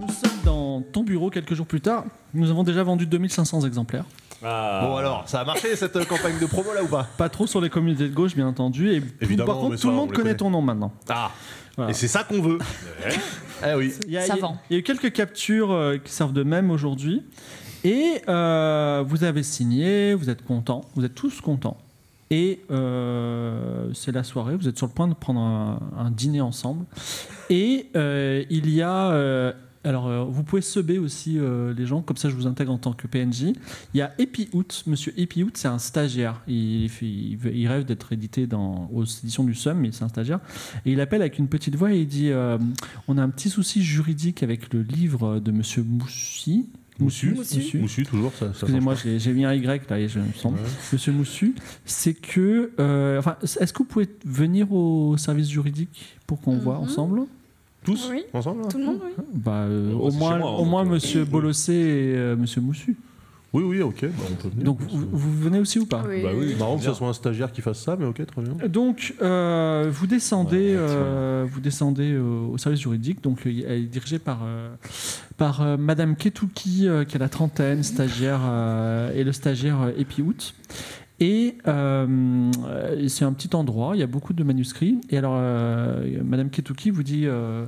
Nous sommes dans ton bureau quelques jours plus tard. Nous avons déjà vendu 2500 exemplaires. Bon alors, ça a marché cette euh, campagne de promo là ou pas Pas trop sur les communautés de gauche, bien entendu. Et Évidemment, par contre, mais tout le ça, on monde les connaît, connaît. ton nom maintenant. Ah Voilà. Et c'est ça qu'on veut Eh oui Il y a, Ça il y a- vend. il y a eu quelques captures euh, qui servent de même aujourd'hui. Et euh, vous avez signé, vous êtes contents, vous êtes tous contents. Et euh, c'est la soirée, vous êtes sur le point de prendre un, un dîner ensemble. Et euh, il y a. euh, alors, euh, vous pouvez seber aussi euh, les gens, comme ça je vous intègre en tant que PNJ. Il y a Epiout, monsieur Epiout, c'est un stagiaire. Il, fait- il veut- il rêve d'être édité dans, aux éditions du SEM, mais c'est un stagiaire. Et il appelle avec une petite voix et il dit euh, On a un petit souci juridique avec le livre de monsieur Moussi. Moussu. Moussu. Moussu, toujours, ça, ça Excusez-moi, j'ai j'ai mis un Y là, et je me semble. Monsieur Moussu, c'est que. euh, enfin, est-ce que vous pouvez venir au service juridique pour qu'on voit ensemble Tous Oui. Ensemble là Tout le monde, oui. bah, euh, Bon, Au c'est moins, chez moi, hein, au moins donc, euh, monsieur oui. Bolossé et euh, monsieur Moussu. Oui, oui, ok, bah, on peut venir. Donc, vous, vous venez aussi ou pas Oui. Bah oui, marrant que bien. ce soit un stagiaire qui fasse ça, mais ok, très bien. Donc, euh, vous descendez, euh, vous descendez euh, au service juridique. Donc, euh, elle est dirigée par, euh, par euh, Madame Ketouki, euh, qui a la trentaine, stagiaire, euh, et le stagiaire euh, Epiout. Et euh, euh, c'est un petit endroit, il y a beaucoup de manuscrits. Et alors, euh, Madame Ketouki vous dit euh,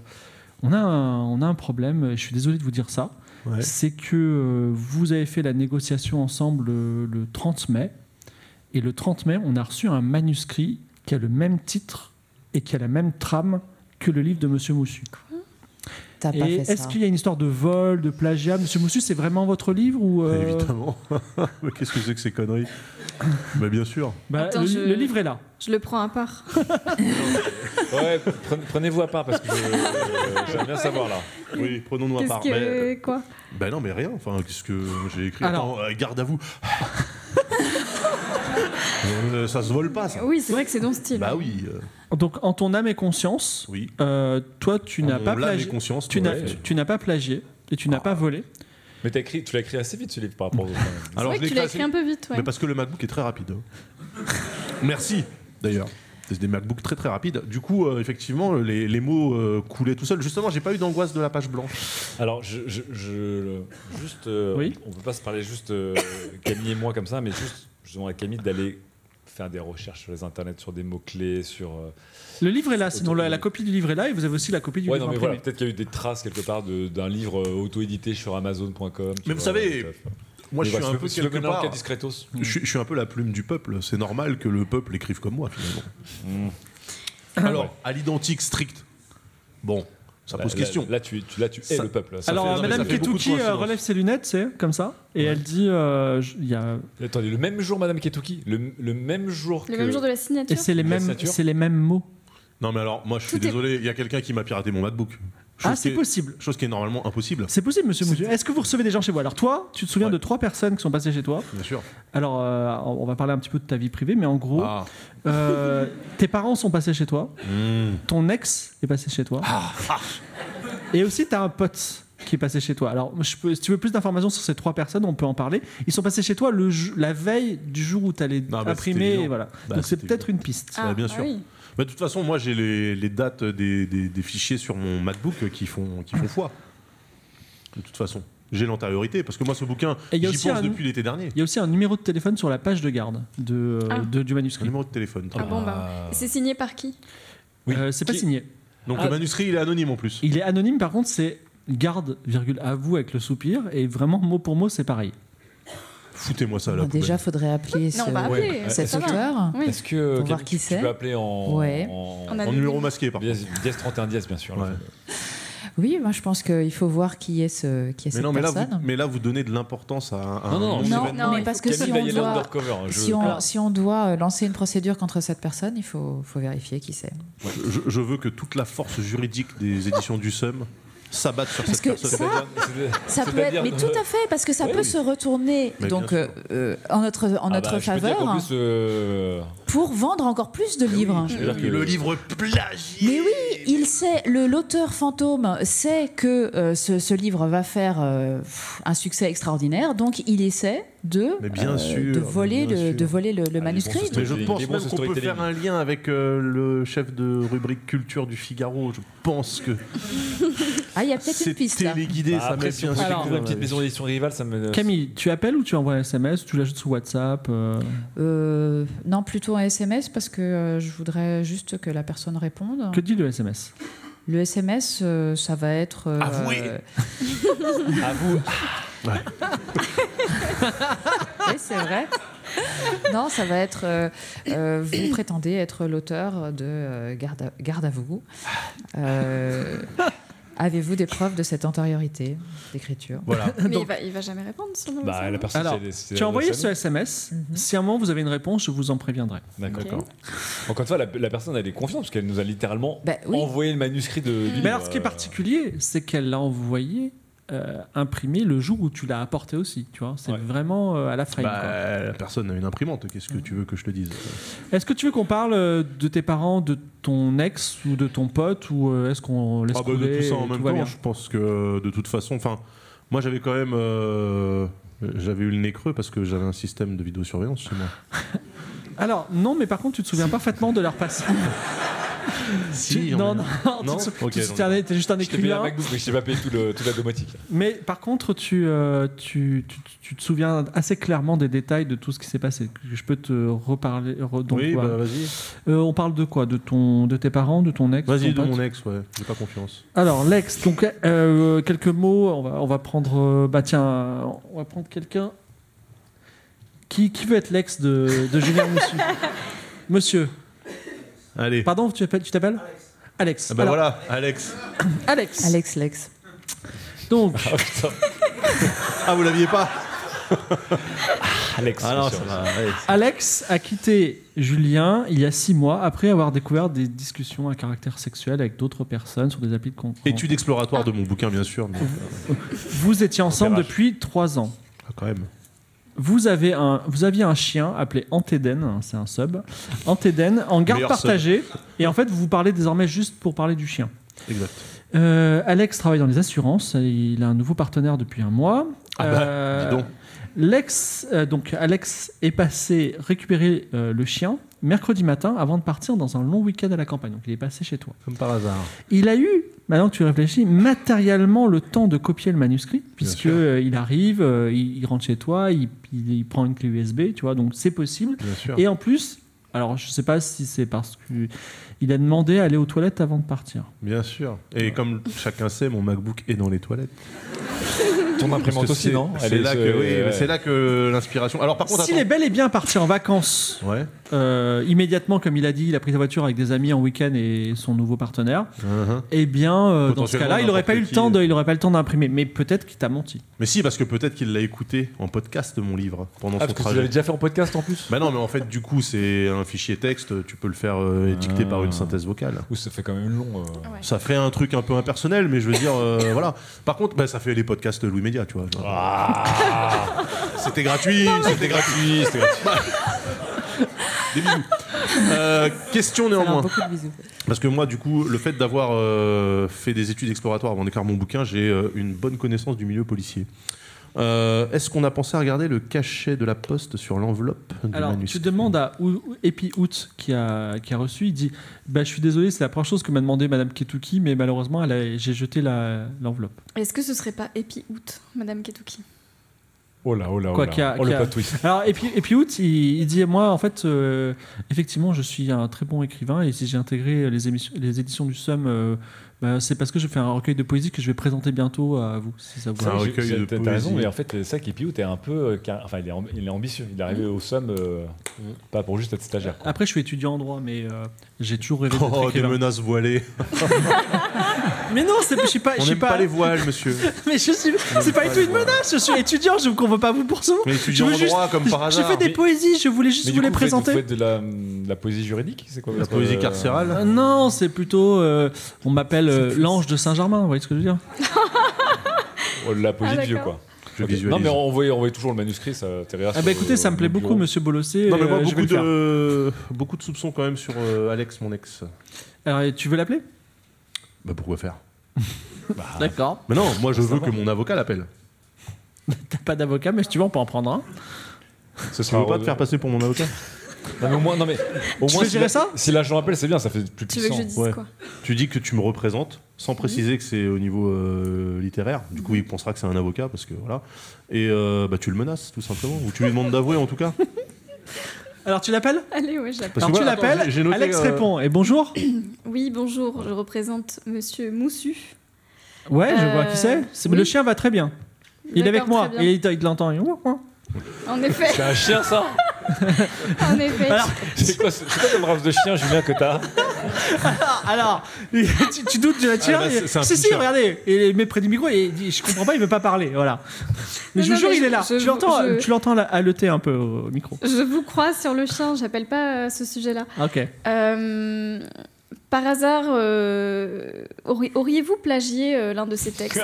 on, a un, on a un problème, je suis désolé de vous dire ça. Ouais. C'est que euh, vous avez fait la négociation ensemble euh, le 30 mai. Et le 30 mai, on a reçu un manuscrit qui a le même titre et qui a la même trame que le livre de Monsieur Moussu. T'as pas Et fait est-ce ça. qu'il y a une histoire de vol, de plagiat Monsieur Moussu, c'est vraiment votre livre ou euh, Évidemment. Mais qu'est-ce que c'est que ces conneries Bah bien sûr. bah, Attends, le, je- le livre est là. Je le prends à part. Ouais, prenez- prenez-vous à part parce que euh, j'aime bien savoir là. Oui, prenons-nous à Qu'est-ce part. que. Quoi Ben non, mais rien. Enfin, qu'est-ce que j'ai écrit Alors- Attends, euh, garde à vous. Euh, ça se vole pas, ça. Oui, c'est vrai que c'est ton style. Bah oui, euh, Donc, en ton âme et conscience, oui. euh, toi, tu n'as On pas l'a, mais plagié. conscience. Tu ouais. n'as- tu- tu n'as pas plagié et tu n'as pas volé. Mais t'as écrit, tu l'as écrit assez vite ce livre par rapport aux autres. quand même. C'est vrai je que l'ai tu l'as classé- écrit un peu vite, ouais. Mais parce que le MacBook est très rapide. hein. Merci, d'ailleurs. C'est des MacBooks très très rapides. Du coup, euh, effectivement, les, les mots euh, coulaient tout seuls. Justement, j'ai pas eu d'angoisse de la page blanche. Alors, je, je, je- juste, euh, Oui. on peut pas se parler juste euh, Camille et moi comme ça, mais juste, je demande à Camille d'aller faire des recherches sur les internets, sur des mots clés, sur. euh, Le livre est là, sinon la, la copie du livre est là et vous avez aussi la copie du Ouais, livre non, mais imprimé. voilà, peut-être qu'il y a eu des traces quelque part de- d'un livre euh, auto-édité sur Amazon.com. tu vous vois, savez, tout à fait. Moi, Mais je suis voilà, un si peu tu veux quelque que dans le part. cas discretos. Je, suis- je suis un peu la plume du peuple. C'est normal que le peuple écrive comme moi, finalement. Alors, Hmm. Ouais. Bah, à l'identique strict. Bon, ça pose Là- question. Là, là, tu, tu- là, tu es Ça- le peuple. Ça Alors, fait- euh, non, mais Madame ça fait beaucoup de Ketouki coïncidences. euh, relève ses lunettes, c'est comme ça, et elle dit euh, je- il y a fait- Attendez, le même jour, Madame Ketouki, le, le même jour Le que- même jour de la Et signature. c'est les La mêmes, signature. c'est les mêmes mots. Non, mais alors, moi, je suis Tout est- désolé, il y a quelqu'un qui m'a piraté mon MacBook. Chose Ah, c'est qui est- possible. Chose qui est normalement impossible. C'est possible, monsieur Moussu. Est-ce que vous recevez des gens chez vous Alors, toi, tu te souviens Ouais. de trois personnes qui sont passées chez toi. Bien sûr. Alors, euh, on on va parler un petit peu de ta vie privée, mais en gros, Ah. euh, tes parents sont passés chez toi, Hmm. ton ex est passé chez toi, Ah. et aussi, t'as un pote qui est passé chez toi. Alors, je peux- si tu veux plus d'informations sur ces trois personnes, on peut en parler. Ils sont passés chez toi le, jou- la veille du jour où t'allais Ah, bah, c'était imprimer, évident. et voilà. Bah, Donc, c'est c'était peut-être une piste. Ah, bien sûr. oui. Mais de toute façon, moi, j'ai les, les dates des, des- des fichiers sur mon MacBook qui font, qui font foi. De toute façon, j'ai l'antériorité, parce que moi, ce bouquin, Et il y a j'y aussi pense un- depuis l'été dernier. Il y a aussi un numéro de téléphone sur la page de garde de, euh, Ah. de- du Un manuscrit. numéro de téléphone. Ah bon, bah. Et C'est signé par qui Oui. Euh, c'est pas Qui- signé. Donc Ah. le manuscrit, il est anonyme en plus. Il est anonyme, par contre, c'est garde, virgule, à vous avec le soupir, et vraiment mot pour mot, c'est pareil. Foutez-moi ça là. Bah, déjà, faudrait appeler Non, on va ce- appeler. Ouais. ça cet va. auteur. Oui. Est-ce que. euh, Pour Camille, voir qui tu c'est. peux appeler en. Ouais. en- On a- En numéro masqué, par contre. Dièse, dièse 31, dièse, bien sûr. là. Ouais. Oui, moi je pense qu'il faut voir qui est, ce, qui Mais est cette non, mais là, vous, personne. mais là, vous donnez de l'importance à un. à Non, un non, nom non, d'événement. Non, non, mais il parce faut que Camille si va on, y aller doit, undercover. hein, je- si, on, Alors, si on doit euh, lancer une procédure contre cette personne, il faut, faut vérifier qui c'est. Ouais, je, je veux que toute la force juridique des éditions du SEM s'abatte sur Parce cette que personne. ça- c'est-à-dire- Ah, Ça peut c'est-à-dire- être, mais tout à fait, parce que ça Ouais, peut oui. se retourner Mais donc bien sûr. euh, euh, en notre, en Ah notre bah, je peux dire faveur qu'en plus, euh, Ah pour vendre encore plus de livres. je veux dire que- livre plagié Mais oui, il sait, le- l'auteur fantôme sait que euh, ce, ce livre va faire euh, pff, un succès extraordinaire, donc il essaie de, euh, Mais bien sûr, de, voler, mais bien le, sûr. de voler le, le manuscrit. sources Mais je Les pense bons même qu'on peut storytelling. faire un lien avec euh, le chef de rubrique culture du Figaro. Je pense que Ah, il y a peut-être c'est une piste. là. téléguidé, bah, ça après, met si bien on fait sûr. une petite maison d'édition rivale, ça me. Camille, tu appelles ou tu envoies un SMS Tu l'ajoutes sur WhatsApp euh, Euh, non, plutôt un SMS parce que euh, je voudrais juste que la personne réponde. Que dit le SMS Le SMS, euh, ça va être. euh, Avouez. euh, À vous. oui, c'est vrai. Non, ça va être. euh, euh, vous prétendez être l'auteur de euh, Garde, à, Garde à vous. Euh, Avez-vous des preuves de cette antériorité d'écriture Voilà. Mais il, va, il va jamais répondre sur le Bah, la personne, Alors, c'est- c'est- Tu as envoyé ce c'est- SMS. Si à un moment vous avez une réponse, je vous en préviendrai. D'accord. Encore une fois, la, la personne, elle est confiante parce qu'elle nous a littéralement Bah oui. envoyé le manuscrit de. du Mais livre, alors, bah, ce qui est euh, particulier, c'est qu'elle l'a envoyé euh, imprimé le jour où tu l'as apporté aussi. Tu vois, c'est Ouais. vraiment euh, à la frame. quoi. Bah, la personne a une imprimante. Qu'est-ce que tu veux que je te dise Est-ce que tu veux qu'on parle euh, de tes parents, de ton ex ou de ton pote ou euh, est-ce qu'on laisse Ah bah, couler de tout ça et en même va temps, bien je pense que de toute façon, enfin, moi j'avais quand même, euh, j'avais eu le nez creux parce que j'avais un système de vidéosurveillance chez moi. Alors non, mais par contre, tu te souviens parfaitement de leur passé. Si, Tu- on non, est- non, Non tu te sou- Ok, tu te donc- souviens, t'es juste un Je t'ai payé la écrivain. MacBook, mais je t'ai pas payé tout le- toute la domotique. Mais par contre, tu, euh, tu, tu, tu te souviens assez clairement des détails de tout ce qui s'est passé. Que Je peux te reparler. re- donc, oui, voilà. bah vas-y. Euh, on parle de quoi de, ton, de tes parents, de ton ex Vas-y, ton de pote mon ex, ouais. J'ai pas confiance. Alors, l'ex, donc euh, quelques mots. On va, on va prendre. euh, bah tiens, on va prendre quelqu'un. Qui, qui veut être l'ex de, de Julien Moussu Monsieur, Allez. pardon, tu t'appelles- tu t'appelles Alex. Ah bah Alors, voilà, Alex. Alex. Alex Lex. Donc, Ah putain, Ah, vous l'aviez pas Alex. Ah non, bien ça sûr. va. Alex a quitté Julien il y a six mois après avoir découvert des discussions à caractère sexuel avec d'autres personnes sur des applis de concours. Étude exploratoire de mon bouquin, bien sûr. Mais Vous étiez ensemble Repérage. depuis trois ans. Ah, quand même. Vous, avez un, vous aviez un chien appelé Antéden, hein, c'est un sub, Antéden, en garde Meilleur sub. partagée. Et en fait, vous vous parlez désormais juste pour parler du chien. Exact. Euh, Alex travaille dans les assurances. et Il a un nouveau partenaire depuis un mois. Ah bah, Euh, dis donc. L'ex, euh, donc Alex est passé récupérer euh, le chien mercredi matin avant de partir dans un long week-end à la campagne. Donc il est passé chez toi. Comme par hasard. Il a eu, maintenant que tu réfléchis, matériellement le temps de copier le manuscrit, puisque sûr. euh, il arrive, euh, il, il rentre chez toi, il, il- il prend une clé USB, tu vois, donc c'est possible. Bien sûr. Et en plus, alors je sais pas si c'est parce que il a demandé à aller aux toilettes avant de partir. Bien sûr. Et comme chacun sait, mon MacBook est dans les toilettes. Ton imprimante Parce que aussi, c'est- non Elle C'est est- là, que- euh, oui, ouais. c'est là que l'inspiration. Alors par contre, S'il est attends. bel et bien parti en vacances, Ouais. euh, immédiatement, comme il a dit, il a pris sa voiture avec des amis en week-end et son nouveau partenaire, Mhm. eh bien, euh, dans ce Potentiellement, cas-là, il n'aurait pas, eu le n'importe qui. temps de- il aurait pas le temps d'imprimer. Mais peut-être qu'il t'a menti. Mais si, parce que peut-être qu'il l'a écouté en podcast, mon livre, pendant son Ah, parce que vous l'avez trajet. déjà fait en podcast en plus Bah non, mais en fait, du coup, c'est un fichier texte, tu peux le faire euh, dicter Ah. par une synthèse vocale. Ou ça fait quand même long. euh. Ça fait un truc un peu impersonnel, mais je veux dire, euh, voilà. Par contre, bah, ça fait les podcasts Louis Média, tu vois. Genre, Ah. C'était gratuit, c'était gratuit, c'était gratuit. Des bisous. Euh, question Alors, néanmoins. beaucoup de bisous. Parce que moi, du coup, le fait d'avoir euh, fait des études exploratoires avant d'écrire mon bouquin, j'ai euh, une bonne connaissance du milieu policier. Euh, Est-ce qu'on a pensé à regarder le cachet de la poste sur l'enveloppe du Alors, tu manuscrit demandes à Ou- Ou- Epi Hout qui a, qui a reçu, il dit bah, Je suis désolé, c'est la première chose que m'a demandé Madame Ketuki, mais malheureusement, elle a- j'ai jeté la- l'enveloppe. Est-ce que ce serait pas Epi Out, Madame Ketuki Oh là, oh là, oh Quoi là. qu'il y a- oh le qu'il y a- plot twist. Alors, Epi, Epi Hout, il, il dit Moi, en fait, euh, effectivement, je suis un très bon écrivain et si j'ai intégré les, émissions, les éditions du SOM Euh, c'est parce que j'ai fait un recueil de poésie que je vais présenter bientôt à vous, si ça vous C'est un va. J'ai- recueil j'ai- de t'as- poésie. T'as raison, mais en fait, c'est ça qui est un peu. euh, car- Enfin, il est, amb- il est ambitieux. Il est arrivé au somme, euh, Mm. pas pour juste être stagiaire. quoi. Après, je suis étudiant en droit, mais euh, j'ai toujours rêvé d'être Oh, des écrivain. menaces voilées. Mais non, c'est- je suis pas. je On suis n'aime pas... les voiles, monsieur. Mais je suis. C'est pas du tout une menace. Je suis étudiant. Je qu'on veut pas vous poursuivre. Mais étudiant Je veux en juste- droit, comme par J'ai hasard. fait des poésies. Je voulais juste Mais vous du les coup, vous faites- présenter. Vous faites de la, de la poésie juridique C'est quoi La parce que, poésie euh, carcérale. Euh, non, c'est plutôt. euh, on m'appelle euh, l'ange de Saint-Germain. Vous voyez ce que je veux dire Ah, oh, La poésie Ah, de vieux, d'accord. quoi. Je Ok. visualise. Non, mais on voyait, on voyait toujours le manuscrit. Ça, euh, t'es Ah bah écoutez, ça me plaît beaucoup, Monsieur Bolossé. euh, Non, mais euh, moi, je vais beaucoup le faire. de... beaucoup de soupçons quand même sur euh, Alex, mon ex. Alors, tu veux l'appeler Bah, pourquoi faire D'accord. Mais non, moi, je veux que mon avocat l'appelle. T'as pas d'avocat, mais si tu veux, on peut en prendre un. Ce Tu veux pas te faire passer pour mon avocat Ah, Non, mais au moins, non, mais, au Tu moins te dirais la- ça Si l'agent appelle, c'est bien, ça fait plus Tu veux que je puissant. dise ouais. quoi Tu dis que tu me représentes, sans préciser que c'est au niveau euh, littéraire. Du coup, il pensera que c'est un avocat, parce que voilà. Et euh, bah, tu le menaces, tout simplement. Ou tu lui demandes d'avouer, en tout cas. Alors, tu l'appelles Allez, ouais, j'appelle. Parce Alors, que tu voilà, attends, l'appelles. j'ai- j'ai noté, Alex euh, répond. Et bonjour. Oui, bonjour, je représente monsieur Moussu. Ouais, je Euh, vois qui c'est. C'est- oui. Le chien va très bien. Il est avec D'accord, moi. très bien. Et il, il l'entend. Il- ouah, ouah. En effet, C'est un chien, ça en effet. Alors, C'est quoi, ce- c'est quoi comme race de chien, Julien, que t'as Ah, alors, tu, tu doutes de la tienne Ah, bah, c'est- c'est un Si, si, pitcher. regardez, il est met près du micro et il dit, je comprends pas, il veut pas parler, voilà. Mais Non, je vous non, jure, mais il je- est là. je- tu l'entends, je- tu l'entends la- haleter un peu au micro. Je vous crois sur le chien, j'appelle pas euh, ce sujet-là. Ok. Euh, par hasard, euh, auri- auriez-vous plagié euh, l'un de ces textes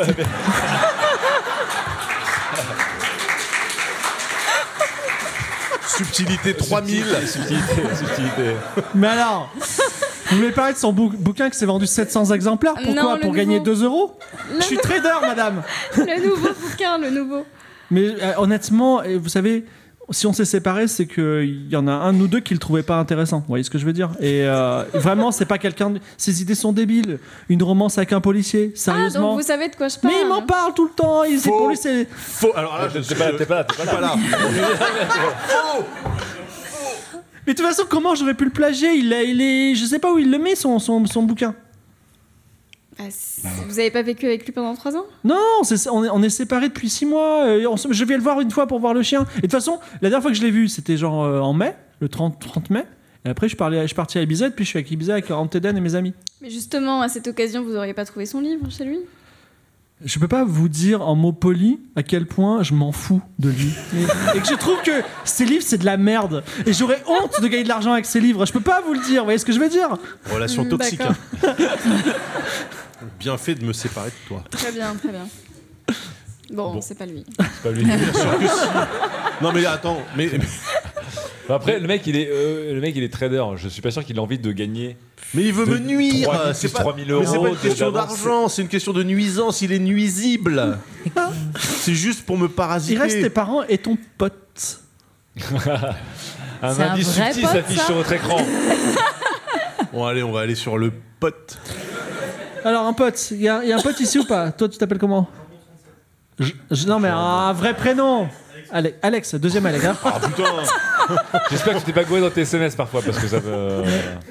Subtilité 3000. Subtilité, subtilité. Mais alors, vous voulez parler de son bou- bouquin qui s'est vendu 700 exemplaires Non, Pourquoi le Pour gagner nouveau. 2 euros le, Je suis trader, madame. le nouveau bouquin, le nouveau. Mais euh, honnêtement, et vous savez. Si on s'est séparés, c'est qu'il y en a un ou deux qui le trouvaient pas intéressant. Vous voyez ce que je veux dire Et euh, vraiment, c'est pas quelqu'un. de- Ses idées sont débiles. Une romance avec un policier, Ah, sérieusement. donc vous savez de quoi je parle Mais il m'en parle tout le temps. Il, c'est Faux. pour lui, c'est. Faux. Alors là, je T'es suis pas là, t'es pas là, t'es pas pas là. là. Mais de toute façon, comment j'aurais pu le plagier il, a- il est, je sais pas où il le met son, son, son bouquin. Ah, c- Vous avez pas vécu avec lui pendant trois ans Non, on s'est- on est, on est séparés depuis six mois. euh, on se- je vais le voir une fois pour voir le chien. Et de toute façon, la dernière fois que je l'ai vu, c'était genre euh, en mai, le 30, 30 mai. Et après, je, parlais, je suis parti à Ibiza, et puis je suis avec Ibiza avec Anteden et mes amis. Mais justement, à cette occasion, vous auriez pas trouvé son livre chez lui Je peux pas vous dire en mots polis à quel point je m'en fous de lui. et que je trouve que ces livres, c'est de la merde. Et j'aurais honte de gagner de l'argent avec ces livres. Je peux pas vous le dire, vous voyez ce que je veux dire Relation Mm, toxique. d'accord. hein. Bien fait de me séparer de toi. Très bien, très bien. Bon, Bon. c'est pas lui. C'est pas lui. Non mais attends, mais Après, le mec, il est, euh, le mec, il est trader. Je suis pas sûr qu'il ait envie de gagner. mais il veut De me nuire. 3 000, c'est pas, 3 000 mais c'est pas euros une question de- d'avance. d'argent, c'est une question de nuisance. Il est nuisible. c'est juste pour me parasiter. Il reste tes parents et ton pote. Un C'est un indice vrai subtil pote, s'affiche ça sur votre écran. Bon allez, on va aller sur le pote. Alors, un pote, il y, a il y a un pote ici ou pas Toi, tu t'appelles comment Je- je- Non, mais un vrai prénom Alex, Alex, deuxième Alex. hein. Ah putain. J'espère que tu t'es pas gouré dans tes SMS parfois parce que ça peut.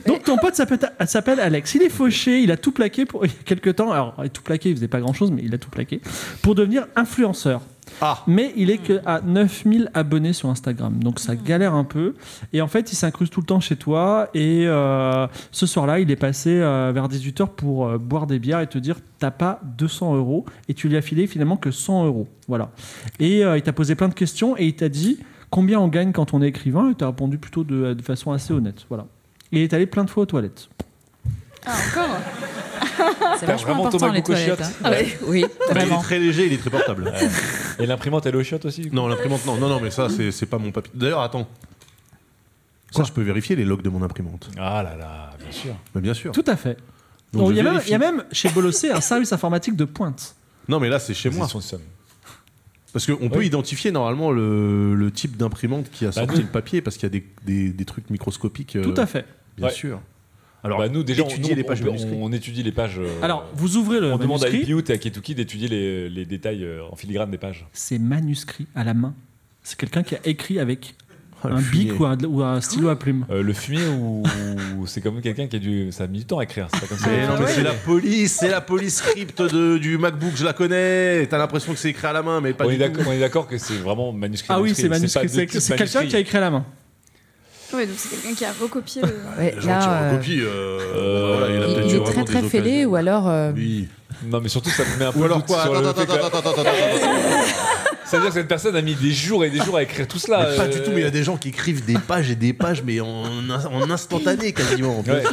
Donc, ton pote s'appelle s'appelle Alex. Il est fauché, il a tout plaqué pour, il y a quelques temps. Alors, il a tout plaqué, il faisait pas grand chose, mais il a tout plaqué. Pour devenir influenceur. Ah. Mais il est que à 9000 abonnés sur Instagram. Donc, ça galère un peu. Et en fait, il s'incruste tout le temps chez toi. Et euh, ce soir-là, il est passé euh, vers 18h pour euh, boire des bières et te dire T'as pas 200 euros. Et tu lui as filé finalement que 100 euros. Voilà. Et euh, il t'a posé plein de questions et il t'a dit Combien on gagne quand on est écrivain Et tu as répondu plutôt de, de façon assez honnête. Voilà. Et il est allé plein de fois aux toilettes. Ah, encore Ah, C'est T'as vachement vraiment important Thomas les Boucochiotte. toilettes. hein. Oui, Bah, il est vraiment. très léger, il est très portable. Et l'imprimante, elle est au chiotte aussi. du coup Non, l'imprimante, non, non, non, mais ça, c'est c'est pas mon papier. D'ailleurs, attends. Ça, Quoi je peux vérifier les logs de mon imprimante. Ah là là, bien sûr. Mais bien sûr. Tout à fait. Donc, Donc, je il, y a même, vérifie. il y a même chez Bolossé un service informatique de pointe. Non, mais là, c'est chez moi. Son somme. Parce qu'on peut Oui. identifier normalement le, le type d'imprimante qui a sorti nous. le papier, parce qu'il y a des, des- des trucs microscopiques. euh, Bah, Tout à fait. Bien Ouais. sûr. Alors, bah nous déjà, on, étudier nous, les pages on, de manuscrits. on, on étudie les pages. euh, Alors, vous ouvrez le on demande à manuscrit. Ibiout et à Ketuki d'étudier les, les détails euh, en filigrane des pages. C'est manuscrit à la main. C'est quelqu'un qui a écrit avec Ah, le un fumier. bic ou un, ou un stylo à plume. Euh, le fumier ou ou c'est comme quelqu'un qui a dû ça a mis du temps à écrire c'est pas comme ça Mais Eh non, mais Ah Ouais. c'est la police, c'est la police script de, du MacBook, je la connais. T'as l'impression que c'est écrit à la main, mais pas on, du est tout. d'accord, on est d'accord que c'est vraiment manuscrit Ah oui, manuscrit, c'est pas manuscrit. de C'est type c'est quelqu'un manuscrit. qui a écrit à la main. Ouais, donc c'est quelqu'un qui a recopié le. Ouais, Les gens qui là, euh, recopient, euh, voilà, il a il, peut-être il dû est avoir très des très occasions. fêlé ou alors. euh, Oui. non mais surtout ça me met un peu Ou alors doute quoi sur Attends, le attends, fait que attends, la- attends, attends, attends, attends, attends. ça veut dire que cette personne a mis des jours et des jours à écrire tout cela Mais Pas euh, du tout, mais il y a des gens qui écrivent des pages et des pages, mais en, en instantané quasiment. Ouais.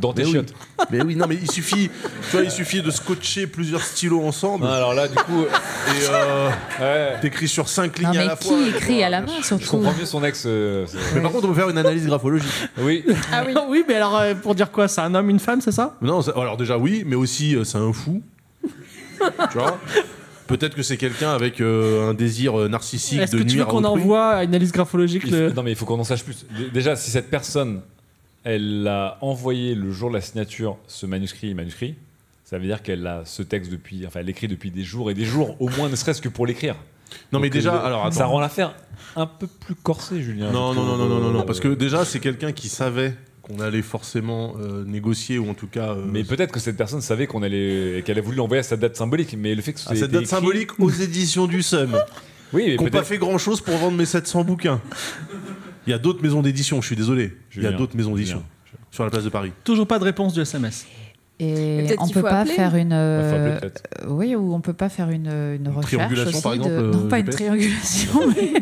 dans tes Mais oui. chiottes Mais oui, non, mais il suffit, tu vois, il suffit de scotcher plusieurs stylos ensemble Non, Ah, alors là du coup et euh, ouais. t'écris sur cinq lignes Non, à mais la qui fois. écrit à la euh, main je surtout comprends mieux son ex euh, c'est- Mais par contre, on peut faire une analyse graphologique. oui Ah oui. Ah oui, mais alors euh, pour dire quoi C'est un homme, une femme, c'est ça Non, ça- alors déjà oui, mais aussi euh, c'est un fou. tu vois Peut-être que c'est quelqu'un avec euh, un désir euh, narcissique Est-ce que de tu veux nuire à qu'on autrui. envoie à une analyse graphologique Il le... faut- non mais il faut qu'on en sache plus Dé- déjà si cette personne elle a envoyé le jour de la signature ce manuscrit et manuscrit ça veut dire qu'elle a ce texte depuis enfin elle l'écrit depuis des jours et des jours au moins ne serait-ce que pour l'écrire Non mais Donc, déjà, euh, alors attends. ça rend l'affaire un peu plus corsée Julien Non, je non, non, trouve. non, non, non, non, Euh, parce que déjà c'est quelqu'un qui savait qu'on allait forcément euh, négocier ou en tout cas. euh, mais peut-être que cette personne savait qu'on allait qu'elle a voulu l'envoyer à sa date symbolique mais le fait que à ça ait cette été date écrit- symbolique aux éditions du SEM, oui mais qui n'ont pas peut-être fait grand-chose pour vendre mes 700 bouquins. Il y a d'autres maisons d'édition, je suis désolé. Il y a Julien, d'autres maisons d'édition Julien, Ah, sur la place de Paris. Toujours pas de réponse du SMS. Euh, Mais et peut-être on qu'il peut faut pas appeler. faire une Enfin, euh, peut-être. euh, oui ou on peut pas faire une, une recherche triangulation, aussi par de- exemple, non euh, pas une GPS. triangulation mais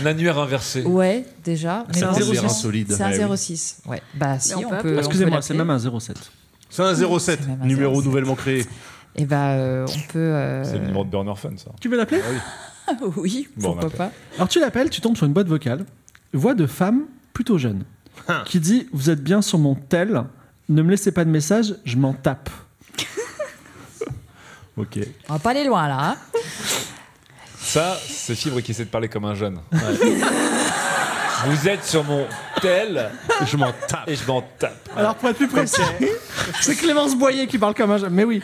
un annuaire inversé ouais déjà mais C'est un bon, 06. solide. c'est Ouais, un oui. 06 ouais bah si on peut on appeler. peut Excusez-moi, c'est même un 07. C'est un 07, C'est même un numéro 07. nouvellement créé. et bah euh, on peut euh, c'est le numéro de Burner Fun ça Tu veux l'appeler oui Bon, on pourquoi appelle. pas Alors tu l'appelles, tu tombes sur une boîte vocale, voix de femme plutôt jeune, Hein. qui dit Vous êtes bien sur mon tel, ne me laissez pas de message, je m'en tape. Ok. on va pas aller loin là hein. Ça, c'est Fibre qui essaie de parler comme un jeune. Vous êtes sur mon tel, je m'en tape. Et je m'en tape. Alors pour être plus précis, c'est Clémence Boyer qui parle comme un jeune. Mais oui,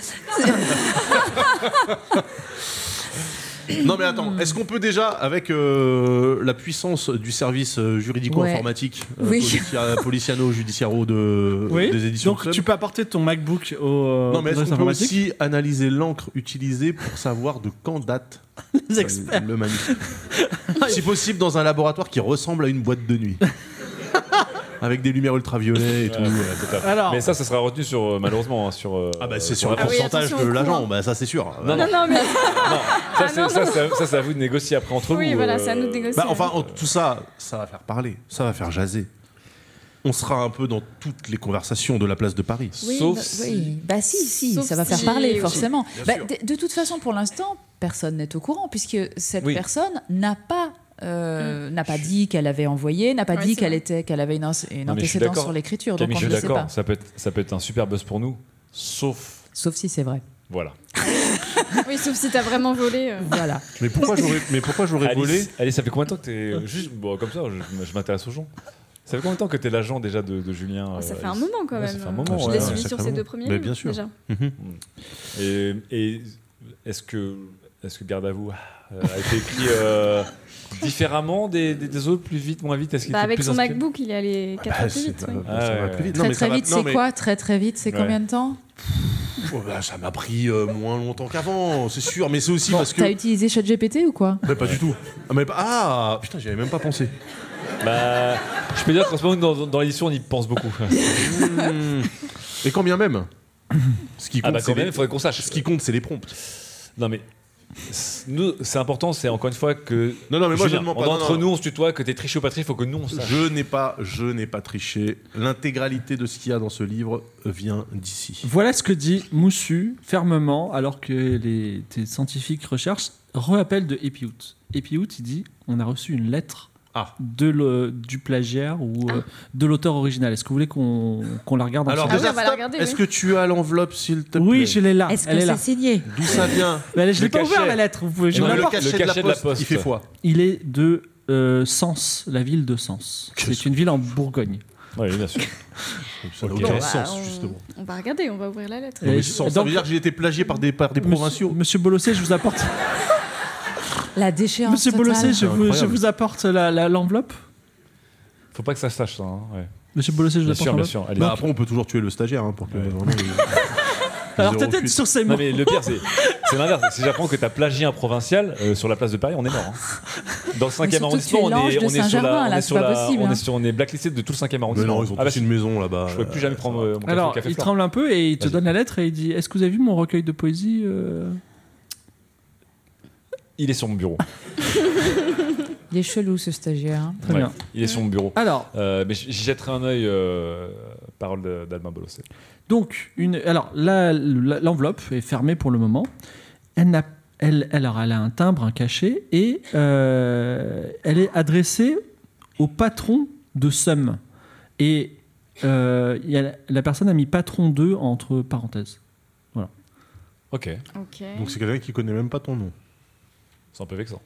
Non mais attends, est-ce qu'on peut déjà, avec euh, la puissance du service euh, juridico-informatique euh, Oui. policia- policiano-judiciaro de, oui. des éditions Donc Sun, tu peux apporter ton MacBook au non mais est-ce service qu'on peut informatique. aussi analyser l'encre utilisée pour savoir de quand date Les euh, experts. le manuscrit Si possible dans un laboratoire qui ressemble à une boîte de nuit. Avec des lumières ultraviolets et tout. euh. Alors- Mais ça, ça sera retenu sur, euh, malheureusement hein, sur. euh, Ah bah c'est euh, sur la le Ah oui, poursuite. pourcentage attention de au l'agent, cours, hein. bah ça c'est sûr. Non, Non, non, non, mais ça, Ah, c'est- non, ça, non. c'est- ça, c'est à vous de négocier après entre vous. oui, voilà, euh, c'est à nous de négocier. Bah, enfin, en- tout ça, ça va faire parler, ça va faire jaser. On sera un peu dans toutes les conversations de la place de Paris. Oui, Sauf bah, si- oui. Bah si, si, Sauf ça va faire si, parler oui. forcément. Bien Bah, sûr. de, de toute façon, pour l'instant, personne n'est au courant puisque cette Oui. personne n'a pas. euh, n'a pas dit qu'elle avait envoyé, n'a pas Mm. Ouais, dit c'est qu'elle vrai. était, qu'elle avait une, ins- Non, mais une je suis antécédence d'accord. sur l'écriture, donc Camille, on je ne suis le sait pas. d'accord. Ça peut, être, ça peut être un super buzz pour nous. Sauf. Sauf si c'est vrai. Voilà. oui, sauf si t'as vraiment volé. euh. Voilà. Mais pourquoi j'aurais, mais pourquoi j'aurais volé Alice, Alice, ça fait combien de temps que t'es. euh, Juste, bon, comme ça, je, je m'intéresse aux gens. Ça fait combien de temps que t'es l'agent déjà de, de Julien Oh, Ça euh, fait un Alice moment quand Ouais, même. ça fait un moment, Je ouais, l'ai ouais, suivi sur sacrément. ces deux premiers. Mais bien sûr. Déjà. Et, et est-ce que, est que Garde à vous euh, a été écrit euh, différemment des, des- des autres, plus vite, moins vite Est-ce qu'il Bah, était avec plus son inspiré MacBook, il est allé 4 Bah, fois plus c'est- vite. oui. bah, ça Ah va ouais. plus vite. Non, très mais ça très va- vite, non, c'est mais- quoi Très très vite, c'est Ouais. combien de temps Oh, bah, Ça m'a pris euh, moins longtemps qu'avant, c'est sûr. Mais c'est aussi parce que. T'as utilisé ChatGPT ou quoi Mais pas du tout. Ah, mais pas- ah, putain, j'y avais même pas pensé. Bah, Je peux dire qu'en ce moment, dans, dans l'édition, on y pense beaucoup. Et quand bien même. Ce qui ah compte, bah c'est quand même, les... il faudrait qu'on sache. ce qui compte, c'est les prompts. Non mais, c'est- nous, c'est important, c'est encore une fois que... Non, non, mais moi, je Julien, demande on- pas, non, Entre non. nous, on se tutoie, que t'es triché ou pas triché, il faut que nous, on sache. Je n'ai pas, je n'ai pas triché. L'intégralité de ce qu'il y a dans ce livre vient d'ici. Voilà ce que dit Moussu fermement, alors que les tes scientifiques recherchent, reappel de Epiout. Epiout, il dit on a reçu une lettre Ah. de le- du plagiaire ou euh, de l'auteur original. Est-ce que vous voulez qu'on qu'on la regarde Alors Ah ensemble déjà, oui, on va la stop. regarder, est-ce oui. que tu as l'enveloppe, s'il te plaît Oui, je l'ai là. Est-ce que Ah. Elle est là. c'est signé D'où ça vient Mais elle- je Le l'ai pas cachet. ouvert la lettre. Vous pouvez, je Et vous non, la mais porte. cachet de la Poste. il fait foi. Il est de euh, Sens, la ville de Sens. C'est une ville en Bourgogne. Oui, bien sûr. Ça n'a Ok. aucun Bon, bah, sens, on- justement. On va regarder, on va ouvrir la lettre. Non, mais Et- sens, ça donc, veut dire que j'ai été plagié par des, par des monsieur- provinciaux. Monsieur Bolossé, je vous apporte. La déchéance Monsieur totale. Bolossé, je vous, je Incroyable. vous apporte la- la- l'enveloppe. Faut pas que ça se sache, ça. hein, ouais. Monsieur Bolossé, je vous Bien apporte sûr, un bien autre sûr. Allez. Bah, après, on peut toujours tuer le stagiaire hein, pour que. vraiment, il- il Alors, zéro t'es peut-être fuite. euh, sur ces mots. Non mais le pire c'est c'est l'inverse. Si j'apprends que t'as plagié un provincial euh, sur la place de Paris, on est mort. hein. Dans le 5e surtout, arrondissement, tu es on l'ange est, de on est sur Saint-Germain, la, on là, est c'est sur pas la- possible, on hein. est sur, on est blacklisté de tout le 5e Mais arrondissement. non, ils ont Ah bah, tous une maison là-bas. je pourrais plus jamais prendre euh, mon café au Alors, café il Flore. tremble un peu et il te Vas-y. donne la lettre et il dit Est-ce que vous avez vu mon recueil de poésie euh Il est sur mon bureau. Il est chelou ce stagiaire. hein. Très Ouais, bien. Il est sur mon bureau. Alors, Euh, mais j'y jetterai un œil. euh, parole de- d'Albin Bolossé. donc, une, alors la- la- l'enveloppe est fermée pour le moment. Elle, n'a- elle, elle- alors, elle a un timbre, un cachet, et euh, elle est adressée au patron de Sum. Et euh, il y a- la personne a mis patron 2 entre parenthèses. Ok, Ok. Donc, c'est quelqu'un qui connaît même pas ton nom. c'est un peu vexant.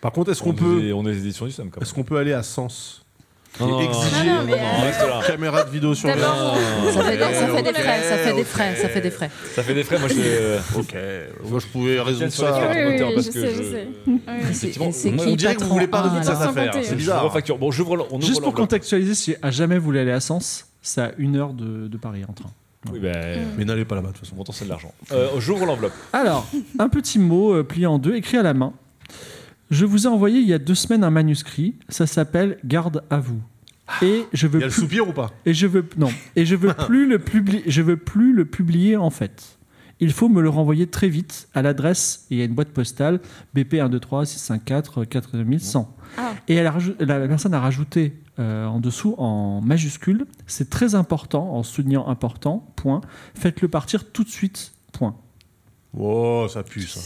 Par contre, est-ce qu'on on peut, est, on est les éditions du Somme quand même. Est-ce qu'on peut aller à Sens Non, et non, non, exiger non, non, mais, non, reste là. Ah. caméra de vidéo sur D'abord, le. Ça fait, des- ça fait des ok, frais, ça fait des ok. frais, ça fait des frais. Ça fait des frais, moi je. Ok, moi je pouvais résoudre sur les ça. cartes Oui, oui, moteurs, oui, parce je que sais, je je- sais. Et c'est- et c'est On qui dirait que vous patron voulez Ah, pas un, de toute là cette sans affaire. compter. C'est Je bizarre. refacture. Bon, j'ouvre l- on ouvre Juste pour l'enveloppe. contextualiser, si à jamais vous voulez aller à Sens, c'est à une heure de, de Paris en train. Oui, Mm. ben. Mais n'allez pas là-bas de toute façon. Son montant, c'est de l'argent. Euh, j'ouvre l'enveloppe. Alors, un petit mot euh, plié en deux, écrit à la main. Je vous ai envoyé il y a deux semaines un manuscrit. Ça s'appelle Garde à vous. Et je veux Il y a le plus, soupir ou pas et je veux non et je veux plus le publier. Je veux plus le publier en fait. Il faut me le renvoyer très vite à l'adresse et à une boîte postale BP 123 654 4100. Ah. Et elle a rajou- la la personne a rajouté euh, en dessous en majuscule. C'est très important en soulignant important. Point. Faites-le partir tout de suite. Point. Oh, ça pue ça.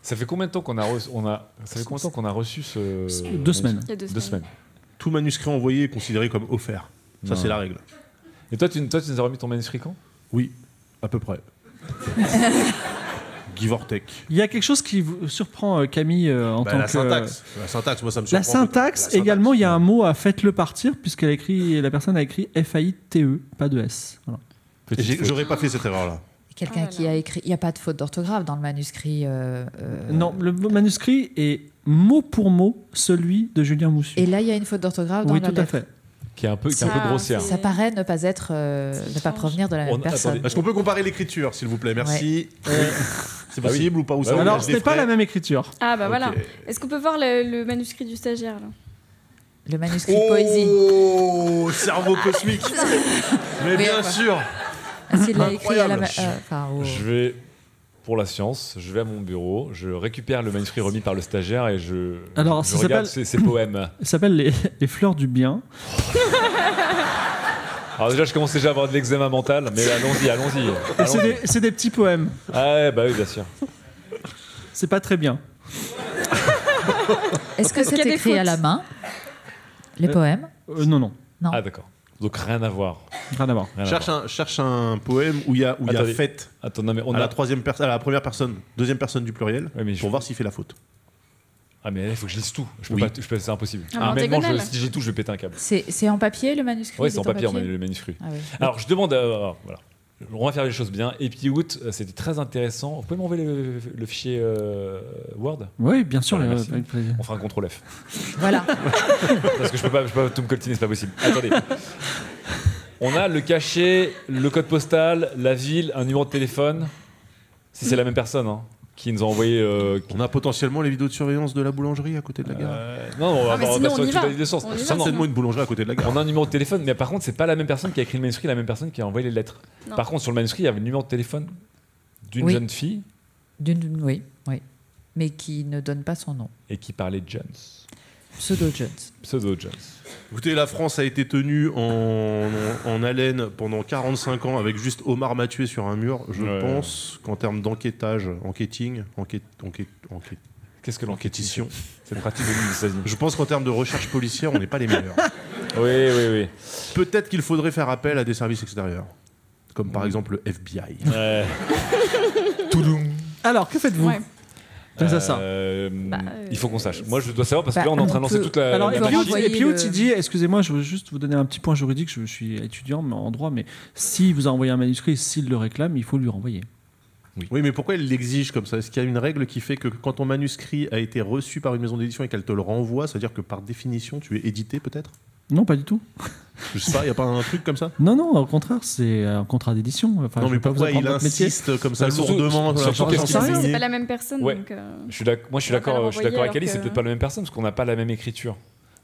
Ça fait combien de temps qu'on a reçu, on a, ça fait combien de temps qu'on a reçu ce. Deux semaines. Il y a deux Deux semaines. semaines. Tout manuscrit envoyé est considéré comme offert. Ça, Non. c'est la règle. Et toi, tu, toi, tu nous as remis ton manuscrit quand Oui, à peu près. Give or take. Il y a quelque chose qui vous surprend euh, Camille euh, en Bah, tant la que syntaxe. La syntaxe, moi, ça me surprend. La syntaxe, également, il y a un mot à faites-le partir puisqu'elle a écrit la personne a écrit F A I T E, pas de S. Voilà. Et j'ai- J'aurais pas fait cette erreur-là. Ah Quelqu'un là qui a écrit. Il n'y a pas de faute d'orthographe dans le manuscrit. euh, euh, Non, le manuscrit est mot pour mot celui de Julien Moussu. Et là, il y a une faute d'orthographe dans oui, la tout à lettre. fait. Qui est un peu, qui est un Ça, peu grossière. Ça paraît ne pas être, euh, ne pas étrange. provenir de la même On- personne. attendez. Est-ce qu'on peut comparer l'écriture, s'il vous plaît Merci. C'est possible ou pas ou ça, Bah oui. on Euh, Alors, lâche ce Ah des n'est pas frais. la même écriture. Ah bah Ok. voilà. Est-ce qu'on peut voir le, le manuscrit du stagiaire là Le manuscrit Oh poésie. Oh, cerveau cosmique Mais Oui, bien enfin. sûr Est-ce qu'il Ah, l'a écrit à la. Incroyable. ma- euh, enfin, au- Je vais pour la science, je vais à mon bureau, je récupère le manuscrit remis par le stagiaire et je, Alors, je ça regarde ses, s'appelle- ses poèmes. Ça s'appelle les, les fleurs du bien. Alors déjà, je commence déjà à avoir de l'eczéma mental, mais allons-y, allons-y. Et Ah C'est Allons-y. des, c'est des petits poèmes. Ah ouais, bah oui, bien sûr. C'est pas très bien. Est-ce que Est-ce qu'il y c'est a des écrit à fautes la main Les poèmes Euh, non, non, Non. Ah d'accord. Donc rien à voir. rien à voir. Rien à Cherche voir. un, cherche un poème où il y a, où il y a Attendez. fête Attends, non mais on à, la a. troisième personne, à la première personne, deuxième personne du pluriel, Ouais, mais je- pour voir s'il fait la faute. Ah mais là, il faut que je lise tout. Je peux Oui. pas, tout- je peux- c'est impossible. Ah, mais en Humainement, je- diagonale. si j'ai tout, je vais péter un câble. C'est c'est en papier le manuscrit Ouais, Il c'est en est papier, on a le manuscrit. Ah oui. Alors, je demande. euh, alors, voilà. On va faire les choses bien. Et puis, août, euh, c'était très intéressant. Vous pouvez m'envoyer le, le fichier euh, Word Oui, bien sûr. Ouais, euh, merci. avec plaisir. On fera un contrôle F. Voilà. Parce que je peux pas, je peux pas tout me coltiner, c'est pas possible. Attendez. On a le cachet, le code postal, la ville, un numéro de téléphone. Si c'est la même personne hein, qui nous a envoyé. euh, qui- On a potentiellement les vidéos de surveillance de la boulangerie à côté de la gare. Euh, non, on va Ah, mais avoir- sinon, bah, ça on y tout va. dans les deux sens. On y va, Ça, non. Certainement une boulangerie à côté de la gare. On a un numéro de téléphone, mais par contre, c'est pas la même personne qui a écrit le manuscrit, la même personne qui a envoyé les lettres. Non. Par contre, sur le manuscrit, il y avait le numéro de téléphone d'une Oui. jeune fille D'une- Oui, oui. Mais qui ne donne pas son nom. et qui parlait de Jones, Pseudo Jones. pseudo Jones. Écoutez, la France a été tenue en, en haleine pendant 45 ans avec juste Omar Mathieu sur un mur. Je Ouais. pense qu'en termes d'enquêtage, enquêting, enquête, enquête, enquête- Qu'est-ce que enquêtition, l'enquêtition C'est une pratique de États-Unis. je pense qu'en termes de recherche policière, on n'est pas les meilleurs. Oui, oui, oui. Peut-être qu'il faudrait faire appel à des services extérieurs, comme par exemple le FBI. Euh, Alors, que faites-vous Ouais. face à ça euh, euh, il faut qu'on sache. Moi, je dois savoir parce que bah, là, on est en on train de lancer peut- toute Euh, la. Alors, la et on va puis, machine. renvoyer et puis, le- Oud, il dit, excusez-moi, je veux juste vous donner un petit point juridique, je, je suis étudiant mais en droit, mais s'il vous a envoyé un manuscrit, s'il le réclame, il faut lui renvoyer. Oui, mais pourquoi elle l'exige comme ça Est-ce qu'il y a une règle qui fait que quand ton manuscrit a été reçu par une maison d'édition et qu'elle te le renvoie, ça veut dire que par définition, tu es édité peut-être Non, pas du tout. Je sais pas, il n'y a pas un truc comme ça Non, non, au contraire, c'est un contrat d'édition. Enfin, Ah, Non, je mais vais pas vous pourquoi il apprendre votre métier. insiste comme ça Bah, surtout- lourdement surtout sur la qu'est-ce façon qu'il dont a il C'est est pas la même personne. Ouais. donc, euh, Je suis d'ac- moi, je suis On va pas d'accord le je suis d'accord renvoyer avec Ali, alors c'est que- peut-être pas la même personne parce qu'on n'a pas la même écriture.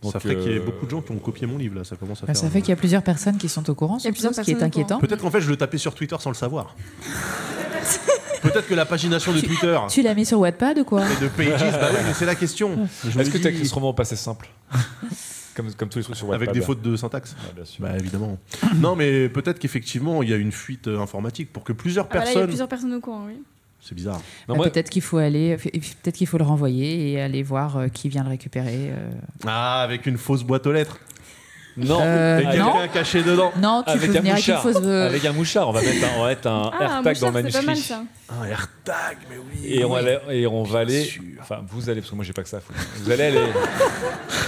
Ça Donc, ferait qu'il y ait euh, beaucoup de gens qui ont copié mon livre là, ça commence à Bah, faire. ça fait qu'il y a plusieurs personnes qui sont au Il courant, y a surtout, plusieurs ce qui est personnes au inquiétant. Peut-être qu'en fait, je le tapais sur Twitter sans le savoir. Peut-être que la pagination de Twitter Tu l'as mis sur Wattpad ou quoi et de Pages, bah oui, mais c'est la question. Je me Est-ce que dis- tu as écrit ce roman au passé simple comme, comme tous les trucs sur Wattpad. avec des fautes de syntaxe Ah, bien sûr. Bah évidemment. non, mais peut-être qu'effectivement, il y a une fuite euh, informatique pour que plusieurs ah bah là, il y a personnes. plusieurs personnes au courant, oui. C'est bizarre. Non, Ah, moi- Peut-être qu'il faut aller, peut-être qu'il faut le renvoyer et aller voir euh, qui vient le récupérer. euh. Ah, avec une fausse boîte aux lettres. non, Euh, Et avec- non. quelqu'un caché dedans. Non, tu avec peux un venir mouchard. avec une fausse. euh, Avec un mouchard, on va mettre un, on va mettre un Ah, un AirTag dans le mouchard, c'est pas mal manuscrit. ça. Un Ah, AirTag, mais oui. Et on, allait- et on va aller. sûr. Enfin, vous allez, parce que moi j'ai pas que ça. à foutre. Vous allez aller.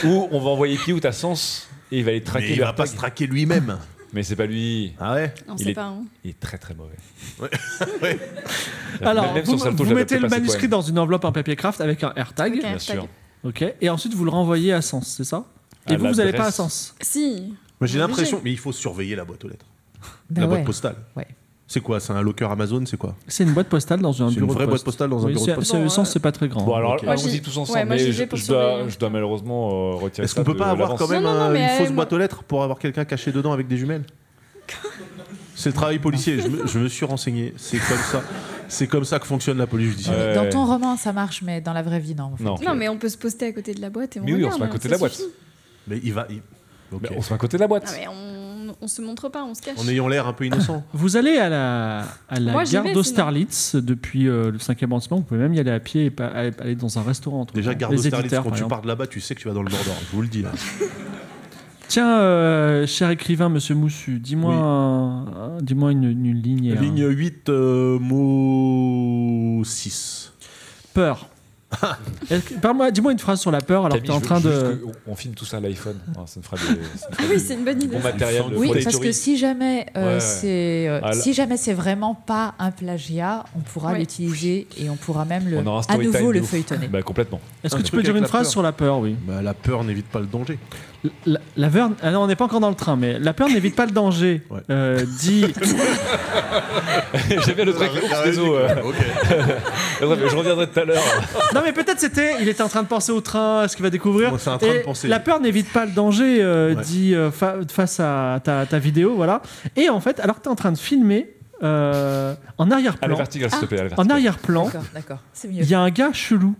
ou on va envoyer Piou à Sens et il va aller Mais traquer il le va pas AirTag. se traquer lui-même. Mais c'est pas lui. Ah ouais On Il sait est- pas. hein. Il est très très mauvais. Ouais. Alors, Même vous, sur Salto, vous je l'avais mettez le pas passé, manuscrit quand dans une enveloppe en papier craft avec un AirTag, Ok, Bien hashtag. sûr. ok, et ensuite vous le renvoyez à Sens, c'est ça Et À vous, vous n'allez pas à l'adresse. Sens. Si. Moi j'ai Obligé. l'impression. Mais il faut surveiller la boîte aux lettres. bah la ouais. boîte postale. Ouais. C'est quoi C'est un locker Amazon C'est quoi C'est une boîte postale dans un C'est une bureau vraie de poste. boîte postale dans un Oui, bureau de c'est- poste. c'est- le sens, c'est pas très grand. Bon, alors, euh, Ok. Moi, allons-y j'y- tous ensemble. ouais, moi, mais j'y je, vais pour hein. je dois, surveiller. je dois malheureusement euh, retirer Est-ce ça qu'on peut de pas avoir l'avance. quand même Non, non, non, un- mais, une euh, fausse moi- boîte aux lettres pour avoir quelqu'un caché dedans avec des jumelles C'est le travail policier, je me, je me suis renseigné. C'est comme ça, c'est comme ça que fonctionne la police judiciaire. Euh, Ouais. Dans ton roman, ça marche, mais dans la vraie vie, non. en fait. Non. Non, mais on peut se poster à côté de la boîte et on Mais oui, on regarde, hein. se met à côté ça de la boîte. suffit. Ah Mais il va, il- ok. Mais on se met à côté de la boîte. Non, mais on, on se montre pas, on se cache. en ayant l'air un peu innocent. Vous allez à la, à la Moi, j'y gare vais, d'Austerlitz depuis euh, le 5e arrondissement. Vous pouvez même y aller à pied et pas- aller aller dans un restaurant. entre Déjà, temps. garde Les Austerlitz, éditeurs, quand par tu exemple. pars de là-bas, tu sais que tu vas dans le Mordor. Je vous le dis là. Tiens, euh, cher écrivain, monsieur Moussu, dis-moi Oui. un- un- dis-moi une, une ligne. et un- Ligne 8, euh, mot 6. Peur. Est-ce que- parle-moi- dis-moi une phrase sur la peur alors que Camille, tu es en je veux train juste de. que- On filme tout ça à l'iPhone. Ah, ça me fera des. ça me fera Ah oui, des- c'est une bonne du idée. Bon matériel. de Oui, photo. parce que si jamais, euh, Ouais, ouais. c'est, euh, Ah, là- si jamais c'est vraiment pas un plagiat, on pourra Oui. l'utiliser et on pourra même le, On aura un Euh, à story time nouveau de le ouf. feuilletonner. Bah, complètement. Est-ce Un que tu truc peux dire avec une la phrase peur. sur la peur, oui. Bah, la peur n'évite pas le danger. La, la peur. Ah non, on n'est pas encore dans le train, mais la peur n'évite pas le danger. Ouais. Euh, dit. J'aime bien le truc. Oups, désolé, euh, Attends, Je reviendrai tout à l'heure. non, mais peut-être c'était. Il était en train de penser au train, à ce qu'il va découvrir. Moi, c'est en train Et de penser. La peur n'évite pas le danger, euh, Ouais. dit euh, fa- face à ta, ta vidéo, voilà. Et en fait, alors que tu es en train de filmer, euh, en Allez, arrière-plan, vertical, s'il te plaît. allez, en vertical. arrière-plan, D'accord, d'accord, c'est mieux. il y a un gars chelou.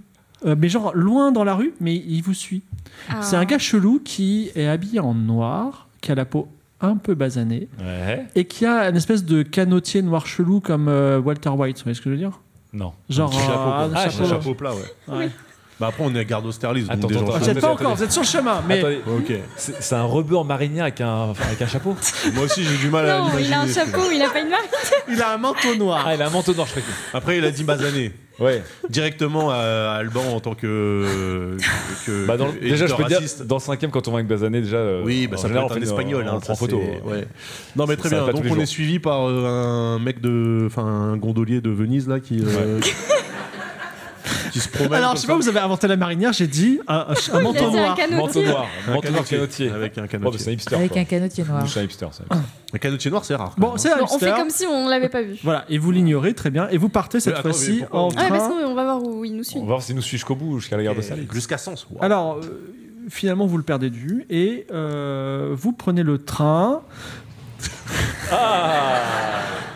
Euh, mais genre loin dans la rue, mais il vous suit. Ah. C'est un gars chelou qui est habillé en noir, qui a la peau un peu basanée Ouais. et qui a une espèce de canotier noir chelou comme euh, Walter White. Vous voyez ce que je veux dire Non. Genre Petit chapeau, quoi. euh, un Ah, chapeau. j'ai un Chapeau plat, ouais. Ouais. Bah, après, on est à garde Austerlitz. donc Attends, des gens- attends, Vous n'êtes pas encore, vous êtes sur le chemin, mais Attendez, Ok. c'est c'est un rebeu en marinière avec un, avec un chapeau Moi aussi, j'ai du mal à Non, l'imaginer. il a un celui-là. chapeau, il a pas une marque. il a un manteau noir. Ah, il a un manteau noir, je crois. Après, il a dit basané. que- Ouais. Directement à à Alban en tant que. que- Bah, dans- que déjà, je éditeur peux dire, raciste. dans le cinquième, quand on va avec Bazané, déjà. euh, Oui, bah, en ça peut général, être un on fait des- espagnol. On hein, ça, prend photo. c'est- ouais. ouais. Non, mais très Ça va bien. pas Donc, tous les on jours. est suivi par euh, un mec de. Enfin, un gondolier de Venise, là, qui. euh, qui se promène. Alors, comme je sais ça. pas, vous avez inventé la marinière, j'ai dit un, un ch- un Il a manteau dit un noir. Manteau canotier. noir, manteau noir canotier. Avec un Oh, bah, c'est un canotier. hipster. Avec quoi. un canotier noir. Nous, c'est un hipster. c'est un hipster. Un canotier noir, c'est rare. quand Bon, même, hein. c'est un Bon, on fait hipster. comme si on l'avait pas vu. Voilà, et vous l'ignorez très bien, et vous partez cette Mais attends, mais fois-ci pourquoi en on- Ouais, parce Hein train. qu'on va voir où il nous suit. On va voir s'il nous suit jusqu'au bout, ou jusqu'à la gare de hein. Salis. Jusqu'à Sens. waouh. Alors, euh, finalement, vous le perdez de vue, et euh, vous prenez le train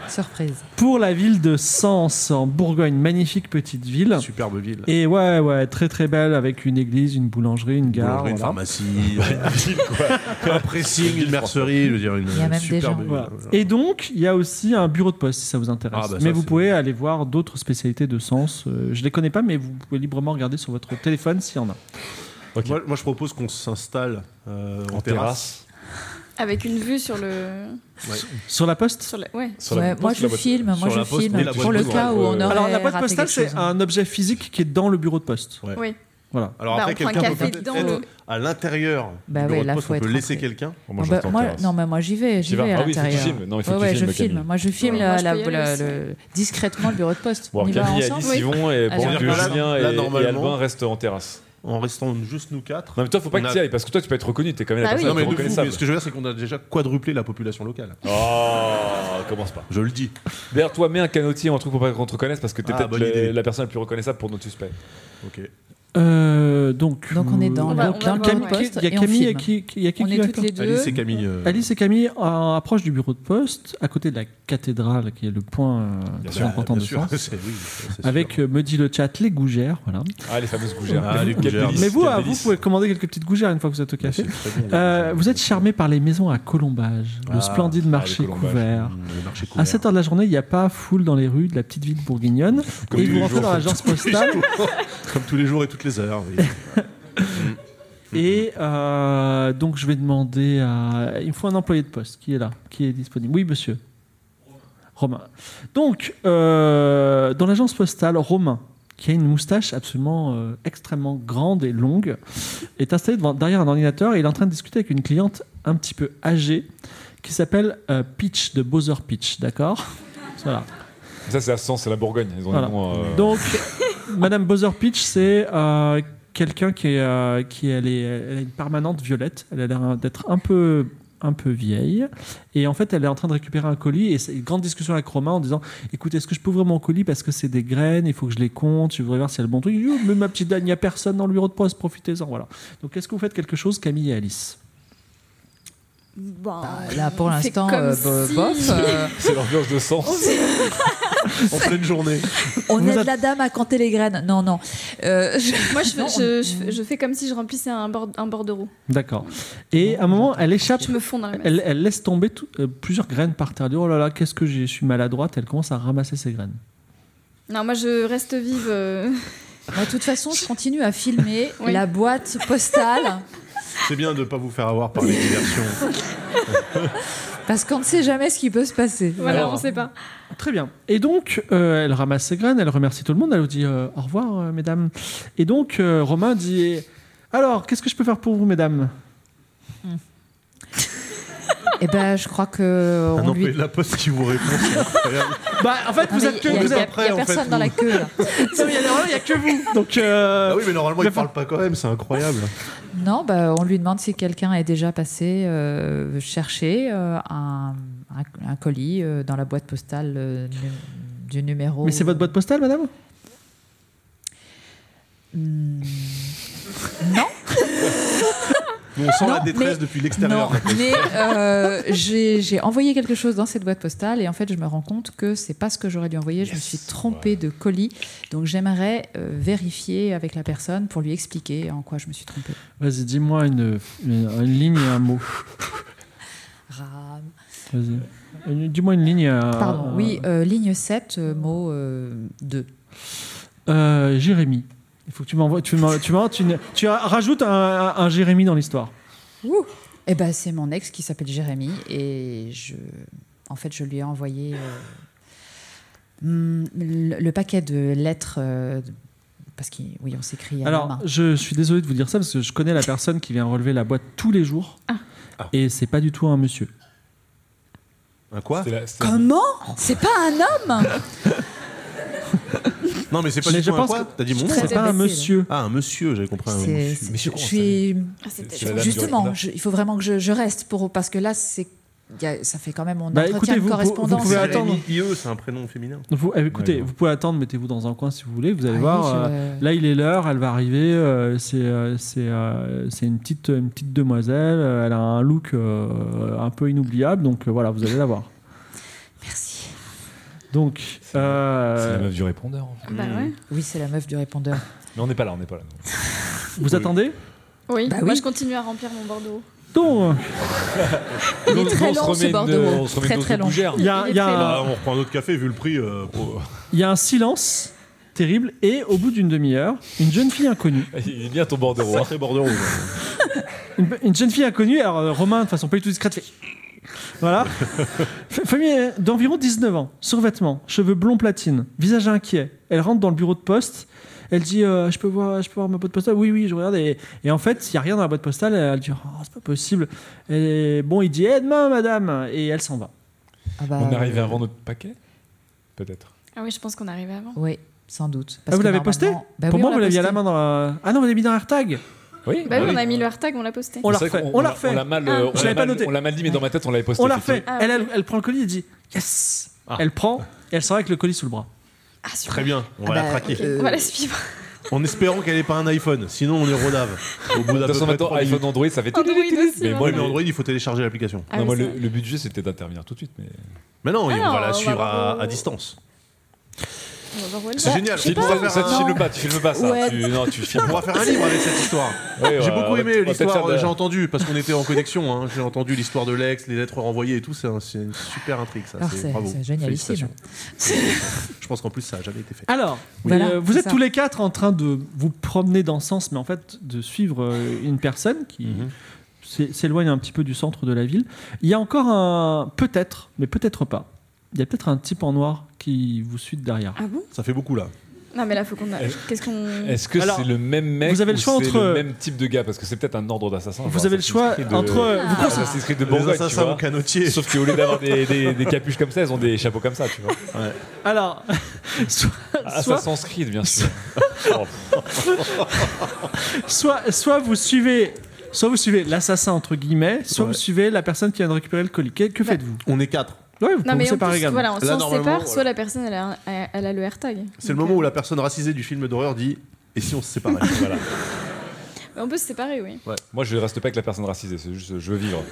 Surprise. pour la ville de Sens, en Bourgogne, magnifique petite ville. Superbe ville. Et ouais, ouais, très très belle, avec une église, une boulangerie, une gare. Boulangerie, une voilà. pharmacie, un pressing, une mercerie, je veux dire, une Il y a même des gens. superbe ville. Voilà. Et donc, il y a aussi un bureau de poste si ça vous intéresse. euh, Ah, bah, ça, mais vous c'est- pouvez aller voir d'autres spécialités de sens. Euh, je les connais pas, mais vous pouvez librement regarder sur votre téléphone s'il y en a. Ok. Moi, moi, je propose qu'on s'installe euh, en, En terrasse. terrasse. Avec une vue sur le. Sur la poste Sur la... Ouais. sur la Ouais, porte moi, de la je boîte. filme, moi, sur je la poste, filme mais la pour boîte le postale, cas où ouais, on ouais. aurait Alors, la boîte raté postale, quelque hein. c'est chose. un objet physique qui est dans le bureau de poste. Ouais. Oui. Voilà. Alors Bah, après, on prend un quelqu'un peut café peut-être dedans, être euh. à l'intérieur Bah du ouais, bureau de là, poste, faut on peut être laisser rentré. quelqu'un. Moi, Non, je bah, reste en moi, terrasse. non, mais moi j'y vais, Tu j'y vas vais à Ah oui, faut que tu l'intérieur. filmes. Non, il faut Ouais, que tu ouais, je filmes, filme. Camille. Moi, je filme Ouais, la- moi, je la- peux y aller la- aussi. le- discrètement le bureau de poste. Bon, on y va Camille, ensemble. Alice, ils vont Ah, et Alors, pour que là, Julien et, là, et normalement- Albin restent en terrasse. En restant juste nous quatre. Non, mais toi, faut pas On que a- Ah tu ailles parce que toi, tu peux être reconnu, t'es quand même la Bah oui. personne Non, mais, de fou, reconnaissable. mais ce que je veux dire, c'est qu'on a déjà quadruplé la population locale. Oh, commence pas. Je le dis. D'ailleurs, toi, mets un canotier ou un truc pour pas qu'on te reconnaisse parce que t'es Ah, peut-être bonne le- idée. la personne la plus reconnaissable pour notre suspect. Ok. Euh, donc, Donc, on est dans euh, On va- donc, on va voir Camille- le poste Il y a et on Camille filme. qui, qui- il y a qui On qui est va toutes faire les deux. Alice et Camille. euh, Alice et Camille en approche du bureau de poste, à côté de la cathédrale, qui est le point euh, très sûr, bien important de sûr, France. c'est- oui, c'est sûr. Avec, euh, me dit le chat, les gougères. Voilà. Ah, les fameuses gougères. Ah, les Quel gougères. délice, Mais vous, quel ah, vous délice. pouvez commander quelques petites gougères une fois que vous êtes au Ah, café. c'est très bon, Euh, les- vous êtes charmé par les maisons à Colombage, Ah, le splendide marché Colombages. couvert. Ah, Mmh, le marché couvert. À 7 heures de la journée, il n'y a pas foule dans les rues de la petite ville bourguignonne. Comme et tous vous les rentrez jours. dans l'agence postale. Comme tous les jours et toutes les heures. oui. Et euh, donc, je vais demander à. Il me faut un employé de poste qui est là, qui est disponible. Oui, monsieur. Romain. Donc, euh, dans l'agence postale, Romain, qui a une moustache absolument euh, extrêmement grande et longue, est installé devant, derrière un ordinateur et il est en train de discuter avec une cliente un petit peu âgée qui s'appelle euh, Pitch de Bowser Pitch, d'accord Voilà. Ça, c'est à Sens, c'est la Bourgogne. Ils ont Voilà. des noms, euh, Donc, Madame Bowser Pitch, c'est euh, quelqu'un qui, est, euh, qui elle est, elle a une permanente violette. Elle a l'air d'être un peu un peu vieille et en fait elle est en train de récupérer un colis et c'est une grande discussion avec Romain en disant écoute est-ce que je peux ouvrir mon colis parce que c'est des graines il faut que je les compte je voudrais voir si c'est le bon truc Il dit, Oh, mais ma petite dame il n'y a personne dans le bureau de poste profitez-en voilà donc est-ce que vous faites quelque chose Camille et Alice Bon, Bah, Là, pour on fait l'instant, comme euh, bo- si- bof. euh, C'est l'ambiance de Sens. en pleine journée. on Vous aide êtes- la dame à compter les graines. Non, non. Euh, je- Moi, je fais, Non, on- je, je fais- je fais comme si je remplissais un, bord, un bordereau. d'accord et à un moment elle échappe Je me fonds dans la main. Elle, elle laisse tomber tout- euh, plusieurs graines par terre. Elle dit Oh là là, qu'est-ce que j'ai- je suis maladroite. Elle commence à ramasser ses graines. Non, moi, je reste vive. euh. Moi, de toute façon, je continue à filmer Oui. la boîte postale C'est bien de ne pas vous faire avoir par les diversions. parce qu'on ne sait jamais ce qui peut se passer. Voilà, Alors. on sait pas. Très bien. Et donc, euh, elle ramasse ses graines, elle remercie tout le monde, elle vous dit euh, Au revoir, euh, mesdames. Et donc, euh, Romain dit Alors, qu'est-ce que je peux faire pour vous, mesdames Et ben, je crois que Ah Un on employé lui. de la poste qui vous répond, c'est incroyable. Bah, en fait, Non, vous Ah, mais êtes que il y a, vous. il y a- êtes- après, il y a en fait, personne dans la queue. là. Non, mais il y a- il y a que vous. Donc, euh, Ah oui, mais normalement, Mais il parle pas quand même, c'est incroyable. Non, bah, on lui demande si quelqu'un est déjà passé euh, chercher euh, un, un- un colis euh, dans la boîte postale euh, nu- du numéro. mais c'est votre boîte postale, madame Hmm. Non, Nous, on sent Non, la détresse mais- depuis non, l'extérieur. mais euh, j'ai j'ai envoyé quelque chose dans cette boîte postale et en fait je me rends compte que c'est pas ce que j'aurais dû envoyer. Je me suis trompée de colis, donc j'aimerais euh, vérifier avec la personne pour lui expliquer en quoi je me suis trompée. Vas-y, dis-moi une, une, une ligne et un mot. Ram. Vas-y. Une- Dis-moi une ligne. et un- Pardon, un- oui, euh, ligne 7, euh, mot euh, 2. Euh, Jérémy. Il faut que tu m'envoies, tu, m'en- tu, m'en- tu, ne- tu rajoutes un, un Jérémy dans l'histoire. Eh ben, c'est mon ex qui s'appelle Jérémy et je, en fait, je lui ai envoyé euh, hmm, le, le paquet de lettres euh, parce que oui, on s'écrit à la Alors, main. je suis désolé de vous dire ça parce que je connais la personne qui vient relever la boîte tous les jours Ah. et c'est pas du tout un monsieur. Un quoi C'était la- c'était la- Comment C'est pas un homme Ah, Non, mais c'est pas Mais du je tout un pense quoi que- T'as dit mon nom Très C'est pas un imbécile. monsieur. Ah, un monsieur, j'avais compris. Un C'est- c'est- monsieur. Monsieur, Je comment ça suis Ah, c'était C'est la dame du justement. répondeur. je- il faut vraiment que je, je reste pour parce que là, c'est il y a- ça fait quand même mon Bah, écoutez, entretien vous- vous- de correspondance. vous pouvez Jérémy attendre. IE, c'est un prénom féminin. Vous, eh, écoutez, Ouais, bon. vous pouvez attendre, mettez-vous dans un coin si vous voulez. Vous allez Ah oui, voir. je- euh, là, il est l'heure, elle va arriver. euh, c'est euh, c'est euh, c'est une petite une petite demoiselle. euh, Elle a un look euh, un peu inoubliable, donc euh, voilà, vous allez la voir. Merci. Donc, la- euh, C'est la meuf du répondeur. en fait. Bah Hmm. ouais. Oui, c'est la meuf du répondeur. Mais on n'est pas là, on n'est pas là. vous attendez Oui. Bah Moi, oui. je continue à remplir mon bordereau. Donc, Il est Nous, très on se long remet ce une- bordereau. On se remet Très une dose très de long. gougère. il y a- Il est il y a très un- Ah, on reprend un autre café, vu le prix. euh, pour- Il y a un silence terrible et au bout d'une demi-heure, une jeune fille inconnue. Il est bien ton bordereau. hein. Sacré bordereau. ouais. Une, une jeune fille inconnue, alors euh, Romain de façon pas du tout discrète fait... Voilà. F- Famille euh, d'environ 19 ans, survêtement, cheveux blonds platine, visage inquiet. Elle rentre dans le bureau de poste Elle dit euh, je, peux voir, je peux voir ma boîte postale Oui, oui, je regarde. Et, et en fait, il n'y a rien dans la boîte postale. Elle dit oh, c'est pas possible. Et bon, il dit Eh, demain, madame Et elle s'en va. Ah bah, On arrive avant notre paquet Peut-être. Ah oui, je pense qu'on arrivait avant. Oui, sans doute. Ah, vous que l'avez posté normalement- Bah Pour oui, moi, on vous l'aviez à posté. la main dans la. Ah non, vous l'avez mis dans AirTag Oui, Bah oui, on a mis le hashtag, on l'a posté. On la C'est vrai refait, qu'on- on la l'a- refait. On l'a mal, Ah. euh, on Je l'a l'avais pas mal- noté. on l'a mal dit, mais dans ma tête, on l'avait posté. On la refait. Ah, Elle, ok. elle, elle prend le colis et dit Yes Ah. Elle prend et elle sort avec le colis sous le bras. Ah, super. Très bien, on va Ah la bah, traquer. ok. Euh, On va la suivre. En espérant qu'elle n'ait pas un iPhone, sinon on est rodave. Au bout De d'un toute façon, maintenant, iPhone Android, ça fait Ah, tout. Android aussi. Mais hein. moi, mais Android, il faut télécharger l'application. Ah Non, oui, moi, c'est le, vrai. le budget, c'était d'intervenir tout de suite. Mais... Mais non, Ah on va non, la on suivre va- à, à distance. On va voir où elle Bah, C'est va. génial. Filme on pourra ça, faire ça, tu un- filmes pas, tu filmes pas ça. Ouais. Tu, non, tu filmes On pourra pas. faire un livre avec cette histoire. Oui, ouais, J'ai beaucoup on va- on aimé va peut-être faire l'histoire, euh, de- j'ai entendu, parce qu'on était en connexion, hein, j'ai entendu l'histoire de l'ex, les lettres renvoyées et tout, c'est un- c'est une super intrigue ça. Alors, Ah, Ah, c'est- bravo. c'est génialissime. Félicitations. Je pense qu'en plus ça a jamais été fait. Alors, Oui. euh, Voilà, vous c'est êtes ça. tous les quatre en train de vous promener dans le sens, mais en fait de suivre euh, une personne qui Mhm. s'é- s'éloigne un petit peu du centre de la ville. Il y a encore un, peut-être, mais peut-être pas. Il y a peut-être un type en noir qui vous suit derrière. Ah bon Ça fait beaucoup là. Non, mais là, faut qu'on. a- Qu'est-ce qu'on. Est-ce que Alors, c'est le même mec vous avez le ou choix c'est entre- le même type de gars Parce que c'est peut-être un ordre d'assassin. Vous avez le choix entre vous Vous Assassin's Creed de Bourgogne, Les tu assassins vois. au canotier. Sauf qu'au lieu d'avoir des, des, des capuches comme ça, elles ont des chapeaux comme ça, tu vois. Alors, soit, soit, Assassin's Creed, bien sûr. Oh, pff. soit, soit vous suivez, soit vous suivez l'assassin entre guillemets, soit Ouais. vous suivez la personne qui vient de récupérer le colis. Que, que faites-vous On est quatre. Ouais, vous Non, mais commencez en par plus, regarder. voilà, on Là, s'en normalement, sépare, voilà. soit la personne, elle a, un- elle a le AirTag. C'est le moment où la personne racisée du film d'horreur dit Et si on se séparait Voilà. Mais On peut se séparer, oui. Moi, je reste pas avec la personne racisée, c'est juste euh, je veux vivre.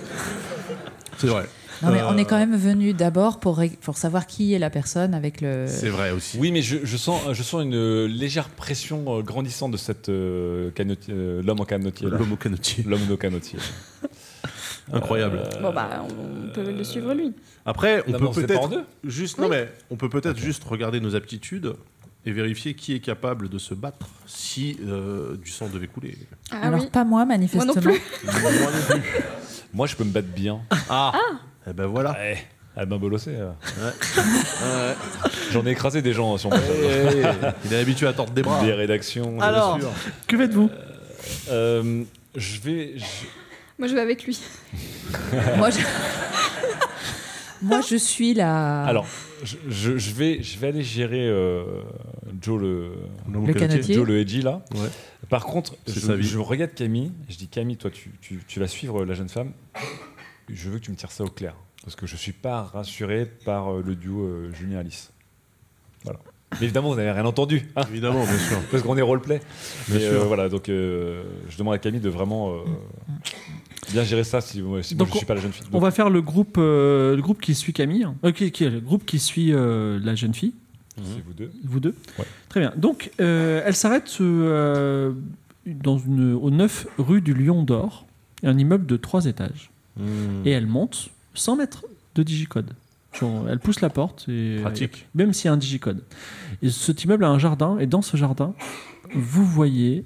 C'est vrai. Non, mais Euh, on est quand même venu d'abord pour, ré- pour savoir qui est la personne avec le. Euh, C'est vrai aussi. Oui, mais je, je sens, je sens une euh, légère pression euh, grandissante de cette euh, canoti- euh, l'homme en canotier. là. L'homme au canotier. L'homme au canotier. Euh, Incroyable. Bon, bah, on peut le suivre, lui. Après, on Non, mais on se peut sépare en peut-être deux. juste non mais on peut peut-être juste regarder nos aptitudes et vérifier qui est capable de se battre si euh, du sang devait couler. Ah Alors, oui. pas moi, Moi manifestement. non plus. Moi non plus. Moi, je peux me battre bien. Ah. Eh ben voilà. Ouais. Albin Bolossé. euh. Ouais. J'en ai écrasé des gens hein, sur mon Il est habitué à tordre des bras. Des rédactions. Alors, sûr. que faites-vous Euh, je vais. je- Moi, je vais avec lui. moi, je... moi, je suis la. Alors, je, je- je vais, je vais aller gérer euh, Joe le. L'homme au Le canotier. Qui est- Joe le Edgy là. Ouais. Par contre, C'est sa je, vie. je regarde Camille. Je dis Camille, toi, tu, tu- tu vas suivre euh, la jeune femme. Je veux que tu me tires ça au clair. Parce que je suis pas rassuré par euh, le duo euh, Julien Alice. Voilà. Mais évidemment, vous n'avez rien entendu. hein, Évidemment, bien sûr. parce qu'on est roleplay. Bien Mais, sûr. euh, voilà, donc euh, je demande à Camille de vraiment euh, bien gérer ça si, moi- si moi, Donc je ne suis pas la jeune fille. On Donc, va faire le groupe, euh, le groupe qui suit Camille, hein. Euh, qui- qui- le groupe qui suit euh, la jeune fille, c'est vous deux. vous deux. Ouais. Très bien. Donc, euh, elle s'arrête euh, dans une, au 9 rue du Lion d'Or, un immeuble de 3 étages. Hmm. Et elle monte 100 mètres de digicode. Genre, elle pousse la porte, et Pratique. même s'il y a un digicode. Et cet immeuble a un jardin, et dans ce jardin, vous voyez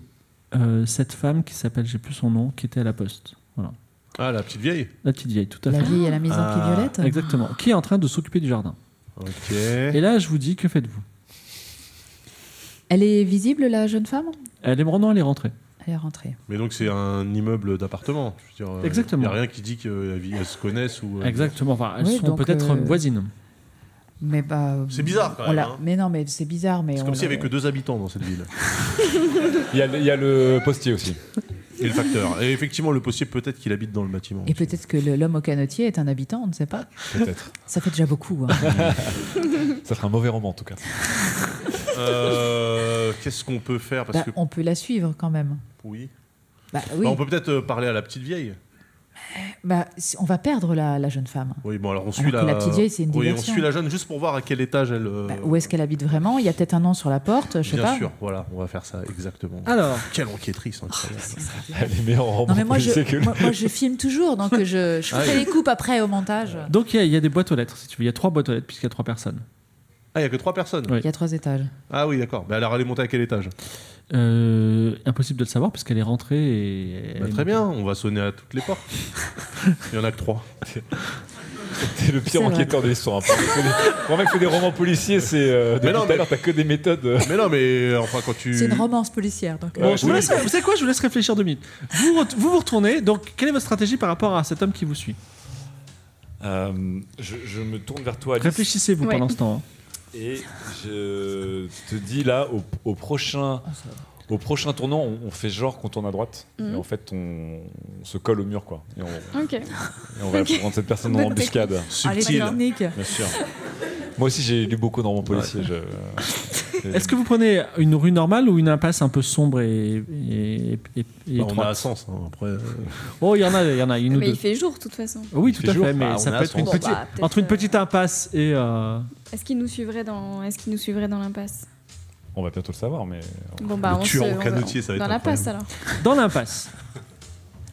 euh, cette femme qui s'appelle, j'ai plus son nom, qui était à la poste. Voilà. Ah, la petite vieille. La petite vieille, tout à La fait. vieille à la maison Ah, Pli-Violette Exactement. Qui est en train de s'occuper du jardin. Ok. Et là, je vous dis, que faites-vous Elle est visible, la jeune femme Elle est, non, elle est rentrée. Elle est rentrée. Mais donc c'est un immeuble d'appartement. Je veux dire, euh, Exactement. Il n'y a rien qui dit que la vie elles se connaissent ou. euh, Exactement. Enfin, elles Oui, sont donc, peut-être euh, voisines. Mais bah. C'est bizarre, quand on même, l'a- hein. Mais non, mais c'est bizarre. Mais C'est on comme s'il n'y l'a- avait que deux habitants dans cette ville. Il y, a le- il y a le postier aussi. Et le facteur. Et effectivement, le postier, peut-être qu'il habite dans le bâtiment. Et peut-être que le- l'homme au canotier est un habitant, on ne sait pas. Peut-être. Ça fait déjà beaucoup. hein. Ça sera un mauvais roman en tout cas. Euh, Qu'est-ce qu'on peut faire Parce Bah, que. On peut la suivre quand même. Oui. Bah oui, Bah, on peut peut-être euh, parler à la petite vieille. Bah, si- on va perdre la, la jeune femme. Oui, bon, alors on suit Alors Ah, que la. la petite vieille, c'est une Oui, on diversion. suit la jeune juste pour voir à quel étage elle. euh, Bah, où est-ce qu'elle habite vraiment Il y a peut-être un nom sur la porte, je sais Bien pas. Ah. Oh, sûr, voilà, on va faire ça exactement. Alors, Quelle enquêtrice hein, incroyable. Elle est meilleure en roman Non mais moi policier je, que- moi, moi, je filme toujours, donc je, je Ah fais oui. les coupes après au montage. donc il y, a- il y a des boîtes aux lettres, si tu veux. Il y a trois boîtes aux lettres, puisqu'il y a trois personnes. Ah, il n'y a que trois personnes Oui. Il y a trois étages. Ah oui, d'accord. Mais alors, elle est montée à quel étage Euh, impossible de le savoir, puisqu'elle est rentrée et. Bah, Très bien, on va sonner à toutes les portes. Il y en a que trois. T'es le pire C'est vrai. enquêteur de l'histoire. hein. Pour un mec qui fait des- pour un mec qui fait des romans policiers, c'est. euh, depuis Mais non, tout mais- à l'heure, t'as que des méthodes. euh, Mais non, mais enfin, quand tu. Oh, C'est une romance policière. Donc, Bon, euh, je vous oui. laisse- vous savez quoi Je vous laisse réfléchir deux minutes. Vous ret- vous, vous retournez. Donc, quelle est votre stratégie par rapport à cet homme qui vous suit Euh, je, je me tourne vers Bah, toi, Alice, Réfléchissez-vous Ouais. pendant ce temps. hein. et je te dis là, au, au prochain, ah, ça va. au prochain tournant, on, on fait genre qu'on tourne à droite, Mhm. et en fait, on, on se colle au mur, quoi. Et on, Ok. et on va Ok. prendre cette personne en Bonne embuscade. Allez, Subtil. Bah, technique. Bien sûr. Moi aussi, j'ai lu beaucoup de romans policiers. je- Est-ce que vous prenez une rue normale ou une impasse un peu sombre et, et, et- et Bah, on a étroite un sens, hein, après. euh, Oh, il y en a, il y en a une ou Mais deux. il fait jour, de toute façon. Oui, il tout fait à jour. fait. Mais Bah, ça on a peut un être une sens. petite- Bon, bah, peut-être, entre une euh, petite impasse et. euh, Est-ce qu'il nous suivrait dans, est-ce qu'il nous suivrait dans l'impasse On va bientôt le savoir, mais. Bon bah Le on tueur se, au on va- canotier, ça va dans être l'impasse alors. dans l'impasse.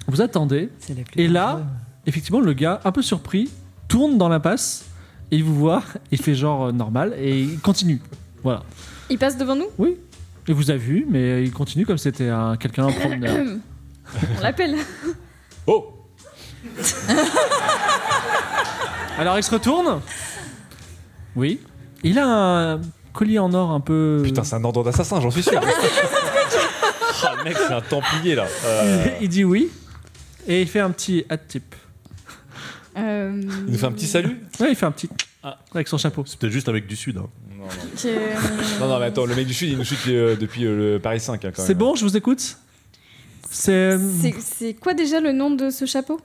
Vous attendez. C'est la plus Et là, dangereuse. effectivement, le gars, un peu surpris, tourne dans l'impasse et il vous voit. Il fait genre euh, normal et il continue. Voilà. Il passe devant nous Oui. Il vous a vu, mais il continue comme c'était un- quelqu'un un promeneur. On l'appelle. Oh Alors il se retourne. Oui. Il a un collier en or un peu. Putain, c'est un ordre d'assassin, j'en suis sûr. Ah, le mec, c'est un templier là. Euh, Il dit oui. Et il fait un petit hat tip. Euh, il nous fait un petit salut Ouais, il fait un petit. Ah. Avec son chapeau. C'est peut-être juste avec du Sud. hein. non non. que- non, non, mais attends, le mec du Sud, il nous chute euh, depuis euh, le Paris 5. hein, quand C'est même. bon, je vous écoute C'est. euh, C'est- C'est quoi déjà le nom de ce chapeau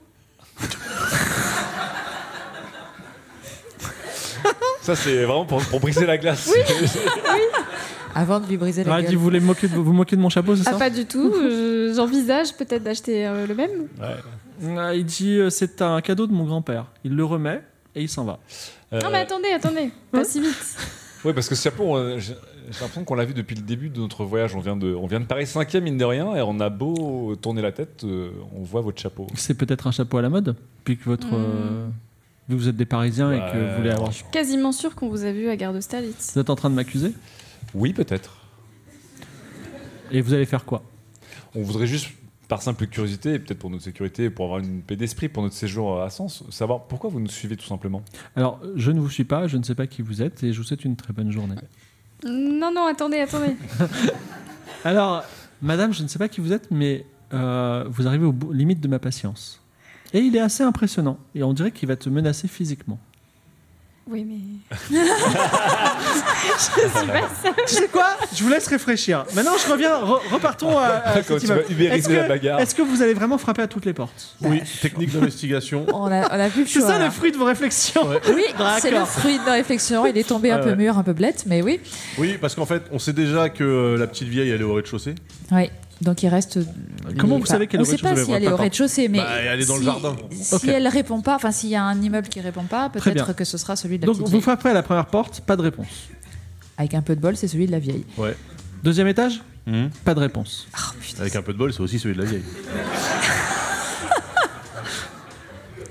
Ça, c'est vraiment pour, pour briser la glace. Avant de lui briser la Ah, il dit, gueule. vous voulez me moquer de- vous vous moquer de mon chapeau, c'est Ah ça pas du tout. euh, J'envisage peut-être d'acheter euh, le même. Ouais. Ah, Il dit euh, c'est un cadeau de mon grand-père. Il le remet et il s'en va. Euh, Non mais attendez, attendez, pas si vite. ouais, parce que ce chapeau, on- j'ai j'ai l'impression qu'on l'a vu depuis le début de notre voyage. On vient de, on vient de Paris 5 mine de rien, et on a beau tourner la tête, euh, on voit votre chapeau. C'est peut-être un chapeau à la mode, puis que votre. Hmm. euh, vu que vous êtes des Parisiens et que vous voulez avoir. Ouais. Quasiment sûr qu'on vous a vu à Gare de Stalitz. Vous êtes en train de m'accuser Oui, peut-être. Et vous allez faire quoi On voudrait juste, par simple curiosité, et peut-être pour notre sécurité, pour avoir une paix d'esprit pour notre séjour à Sens, savoir pourquoi vous nous suivez tout simplement. Alors, je ne vous suis pas, je ne sais pas qui vous êtes et je vous souhaite une très bonne journée. Non non, attendez, attendez. Alors, madame, je ne sais pas qui vous êtes, mais euh, vous arrivez aux bou- limites de ma patience. Et il est assez impressionnant. Et on dirait qu'il va te menacer physiquement. Oui mais. Je suis pas ça. tu sais quoi Je vous laisse réfléchir. Maintenant, je reviens. re- repartons à, à cet Quand tu immeuble. vas ubériser Est-ce que- la bagarre. Est-ce que vous allez vraiment frapper à toutes les portes Bah, Oui, technique d'investigation. On a, on a vu le C'est choix, ça là. le fruit de vos réflexions. Oui, c'est le D'accord. fruit de la réflexion. Il est tombé un Ah peu ouais. mûr, un peu blette, mais oui. Oui, parce qu'en fait, on sait déjà que euh, la petite vieille, elle est au rez-de-chaussée. Oui. Donc il reste. Comment les- vous savez qu'elle est On au ne sait pas rez-de-chaussée, si elle est au d'accord. rez-de-chaussée, mais Bah, elle est dans le si- jardin. Si Ok. elle répond pas, enfin s'il y a un immeuble qui répond pas, Très bien. peut-être que ce sera celui de la Donc, petite vous vieille. frappez à la première porte, pas de réponse. Avec un peu de bol, c'est celui de la vieille. Ouais. Deuxième étage, Hmm. pas de réponse. Avec un peu de bol, c'est aussi celui de la vieille.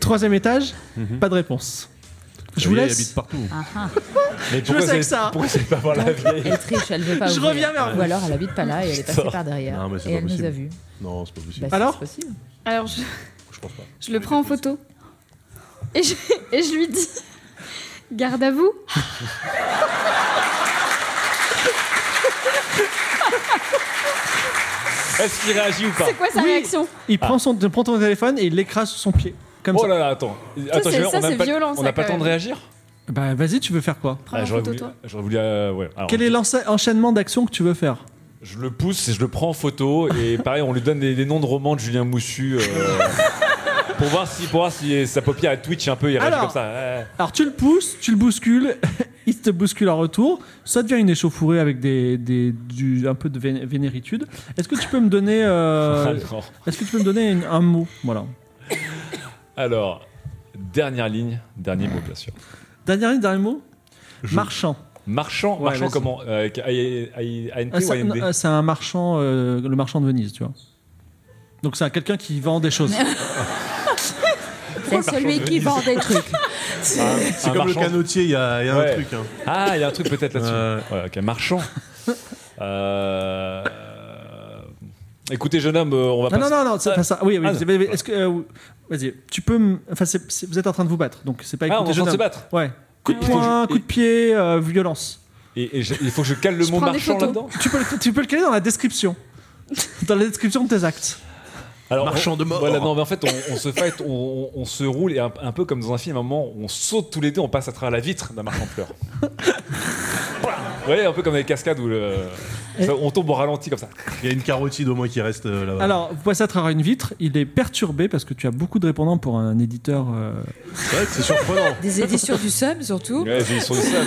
Troisième étage, Hmm. pas de réponse. Je La vous vieille laisse. habite partout. Ah, ah. Mais Je le sais c'est- que ça. Pourquoi c'est pas voir la vieille Elle triche, elle veut pas. Je ouvrir. reviens vers vous. Ou alors elle habite pas là et elle est passée par derrière. Non, mais c'est et pas elle nous possible. a vus. Non, c'est pas Bah, possible. si, Alors c'est possible. Alors je, Je pense pas. je le prends en photo et je, et je lui dis garde à vous. Est-ce qu'il réagit ou pas C'est quoi sa Oui. Ah, réaction Il prend son, prend ton téléphone et il l'écrase sous son pied. Comme Ah. Oh ça. là là, attends. attends c'est- je- ça, on a c'est pas- violent, On ça, n'a pas le quand temps de même. réagir Bah vas-y, tu veux faire quoi Prends Ah, en J'aurais photo voulu. toi. J'aurais voulu. euh, ouais. Alors, Quel est l'ense- enchaînement d'actions que tu veux faire Je le pousse et je le prends en photo. Et pareil, on lui donne des, des noms de romans de Julien Moussu. euh, pour, voir si, pour voir si sa paupière elle twitch un peu. Il réagit Alors. comme ça. euh, Ouais. Alors tu le pousses, tu le bouscules, il te bouscule en retour. Ça devient une échauffourée avec des, des- du, un peu de vén- vénéritude. Est-ce que tu peux me donner, euh, Ah, non. est-ce que tu peux me donner une- un mot, voilà. Alors, dernière ligne, dernier mot, bien sûr. Dernier dernier mot. Marchand. Marchand, Ouais, marchand vas-y. comment Euh, Avec I- I- Ah, ANT ou c'est un- AND ah, c'est un marchand, euh, le marchand de Venise, tu vois. Donc c'est un- quelqu'un qui vend des choses. C'est celui qui vend des trucs. C'est comme le canotier, il y a, il y a Ouais. un truc. Hein. Ah, il y a un truc peut-être là-dessus. Ouais. Ouais, ok, marchand. Euh, Écoutez, jeune homme, euh, on va Non, pas. non, non, non, c'est Ah. pas ça. Oui, oui, Ah, c'est- est-ce que. euh, Vas-y, tu peux. me- Enfin, c'est- c'est- vous êtes en train de vous battre, donc c'est pas Ah, on est écouter en train jeune de se homme. battre. Ouais. Coup de Il faut que poing, je- coup de pied, euh, violence. Et, et je- il faut que je cale le Je mot prends des marchand photos. là-dedans. Tu peux, le, tu peux le caler dans la description. Dans la description de tes actes. Alors, Marchand on- de mort. Voilà, non, mais en fait, on, on se fight, on, on- on se roule, et un, un peu comme dans un film, à un moment, on saute tous les deux, on passe à travers la vitre d'un marchand de fleurs. Vous voyez, un peu comme dans les cascades où le- ça, on tombe au ralenti comme ça. Il y a une carotide au moins qui reste euh, là-bas. Alors, vous passez à travers une vitre, il est perturbé parce que tu as beaucoup de répondants pour un éditeur. euh, C'est vrai que c'est surprenant. Des éditions du Somme, surtout. Ouais, ils sont des salles.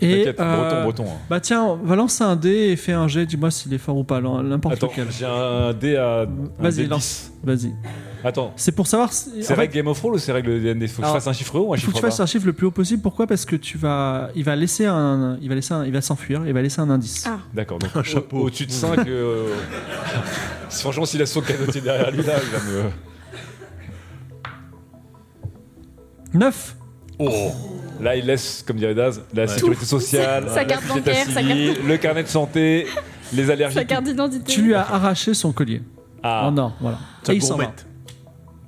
et. T'inquiète, euh, breton, breton. hein. Bah tiens, va lancer un dé et fais un jet, dis-moi s'il est fort ou pas, n'importe Attends, lequel. j'ai un dé à. un Vas-y, dé lance. 10. Vas-y. Attends, C'est pour savoir. si- c'est en fait, règle Game of Thrones ou c'est règle DND Faut que je Alors, fasse un chiffre haut ou un Il faut chiffre que tu bas fasses un chiffre le plus haut possible. Pourquoi Parce que tu vas, il va laisser un, il va laisser un- il va s'enfuir, il va laisser un indice. Ah. D'accord, donc Un au- chapeau. au-dessus de 5. franchement, s'il a son canotier derrière lui, là, il va me. 9 Là, il laisse, comme dirait Daz, la sécurité sociale, Sa carte la société bancaire, sa civile, le carnet de santé, les allergies. Sa carte d'identité. Ah, Tu lui as arraché son collier. Ah. En or, voilà. Ça Et il s'en va. gourmette.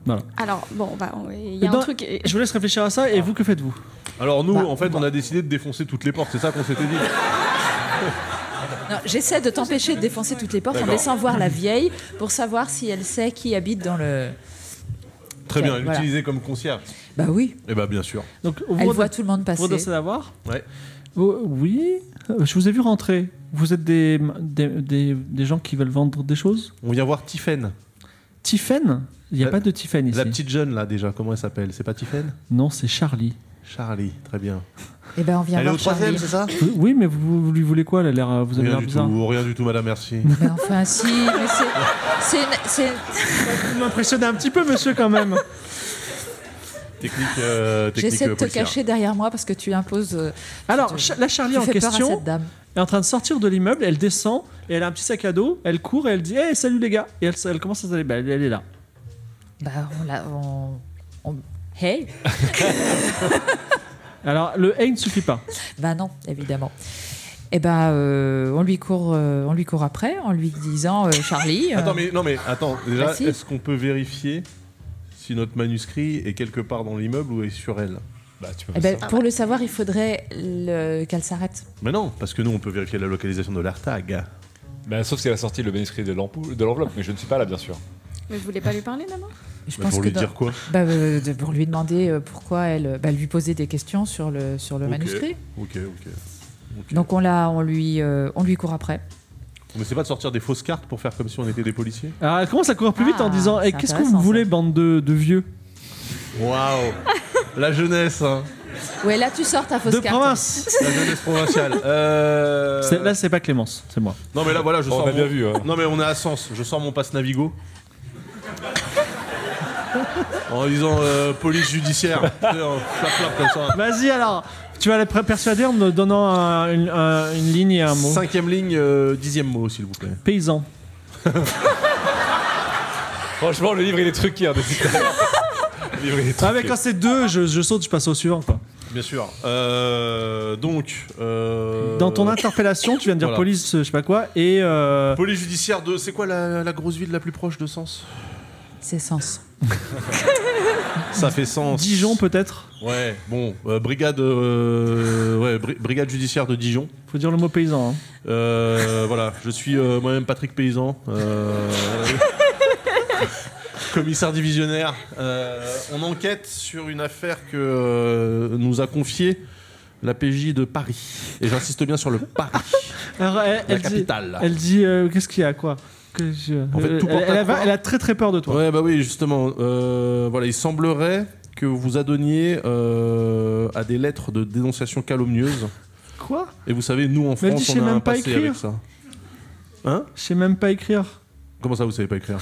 Voilà. Alors, bon, bah, on- il y a Dans- un truc. Eh ben, Je vous laisse réfléchir à Ah. ça. Et vous, que faites-vous Alors nous, Bah, en fait, on a décidé de défoncer toutes les portes, c'est ça qu'on s'était dit. Non, J'essaie de t'empêcher de défoncer toutes les portes en D'accord. laissant voir la vieille pour savoir si elle sait qui habite dans le. Très Ok, bien, voilà. l'utiliser comme concierge. Bah oui, Eh bah bien sûr. Donc, vous elle redressez- voit tout le monde vous passer. redressez la voir Ouais. Vous- Oh, oui. Euh, Je vous ai vu rentrer. Vous êtes des, des, des- des gens qui veulent vendre des choses On vient voir Tiffen, Tiffen Il n'y a La- pas de Tiffen ici. Euh, la petite jeune là déjà, comment elle s'appelle C'est pas Tiffen Non, c'est Charlie. Charlie, très bien. Et ben on vient voir Charlie. ça Vous- Euh, oui, mais vous, vous lui voulez quoi Elle a l'air, euh, vous avez Rien l'air du bizarre. tout, rien du tout, madame, merci. Mais enfin, si, mais c'est. c'est une- c'est- Vous m'impressionnez un petit peu, monsieur, quand même. technique euh, technique J'essaie de euh, te policière. cacher derrière moi parce que tu imposes. euh, Alors, te- Cha- la Charlie tu en fais peur à question cette dame. est en train de sortir de l'immeuble, elle descend, et elle a un petit sac à dos, elle court et elle dit Hey, salut les gars Et elle, elle commence à s'aller, bah, elle, elle est là. Bah on la. On, on- Hey Alors, le hey ne suffit pas. Bah non, évidemment. Et ben euh, on lui court, euh, on lui court après en lui disant euh, Charlie. euh, Attends mais non mais attends, déjà Bah, si. est-ce qu'on peut vérifier si notre manuscrit est quelque part dans l'immeuble ou est sur elle Bah, tu peux pas eh ben, ça. pour le savoir, il faudrait le- qu'elle s'arrête. Mais non, parce que nous on peut vérifier la localisation de l'artag. Bah, sauf si elle a sorti le manuscrit de l'ampoule- de l'enveloppe, mais je ne suis pas là, bien sûr. Mais vous voulez pas lui parler, maman Je Bah, pour lui dans- dire quoi Bah, euh, de- pour lui demander euh, pourquoi elle, bah, lui poser des questions sur le sur le Ok. manuscrit. OK, OK. Ok. Donc on la, on lui, euh, on lui court après. On essaie pas de sortir des fausses cartes pour faire comme si on était des policiers Alors, elle commence à courir plus vite en Ah, disant Hey, c'est qu'est-ce que vous intéressant, ça. voulez, bande de, de vieux Waouh La jeunesse, hein. Ouais, là tu sors ta fausse De carte. province La jeunesse provinciale. Euh, C'est- Là, c'est pas Clémence, c'est moi. Non mais là voilà, je On sors a mon- bien vu, hein. Non mais on est à Sens, je sors mon passe Navigo. en disant euh, police judiciaire, Tu sais, en flap flap comme ça. Vas-y alors Tu vas la per- persuader en me donnant un- une, un- une ligne et un mot. Cinquième ligne, euh, dixième mot s'il vous plaît. Paysan. Franchement, le livre, il est truqué. hein, depuis tout à l'heure. Le livre, il est Ah, truqué. mais quand c'est deux, je, je saute, je passe au suivant, quoi. Bien sûr. Euh, donc. euh, Dans ton interpellation, tu viens de dire voilà. police, je sais pas quoi, et. euh, Police judiciaire de. C'est quoi la, la grosse ville la plus proche de Sens C'est sens. Ça fait Sens. Dijon, peut-être Ouais, bon, euh, brigade, euh, ouais, bri- brigade judiciaire de Dijon. Faut dire le mot paysan. hein. Euh, voilà, je suis euh, moi-même Patrick Paysan, euh, commissaire divisionnaire. Euh, on enquête sur une affaire que euh, nous a confiée la PJ de Paris. Et j'insiste bien sur le Paris, Alors, elle, la elle dit- capitale. Elle dit euh, qu'est-ce qu'il y a quoi Que je- En fait, Euh, tout elle, porte à elle a- croire. elle a très très peur de toi. Ouais, bah oui, justement. euh, voilà, il semblerait que vous adonniez euh, à des lettres de dénonciation calomnieuse. Quoi Et vous savez, nous en Mais elle France, dit, je on sais a un même pas passé écrire. avec ça. Hein Je sais même pas écrire. Comment ça, vous savez pas écrire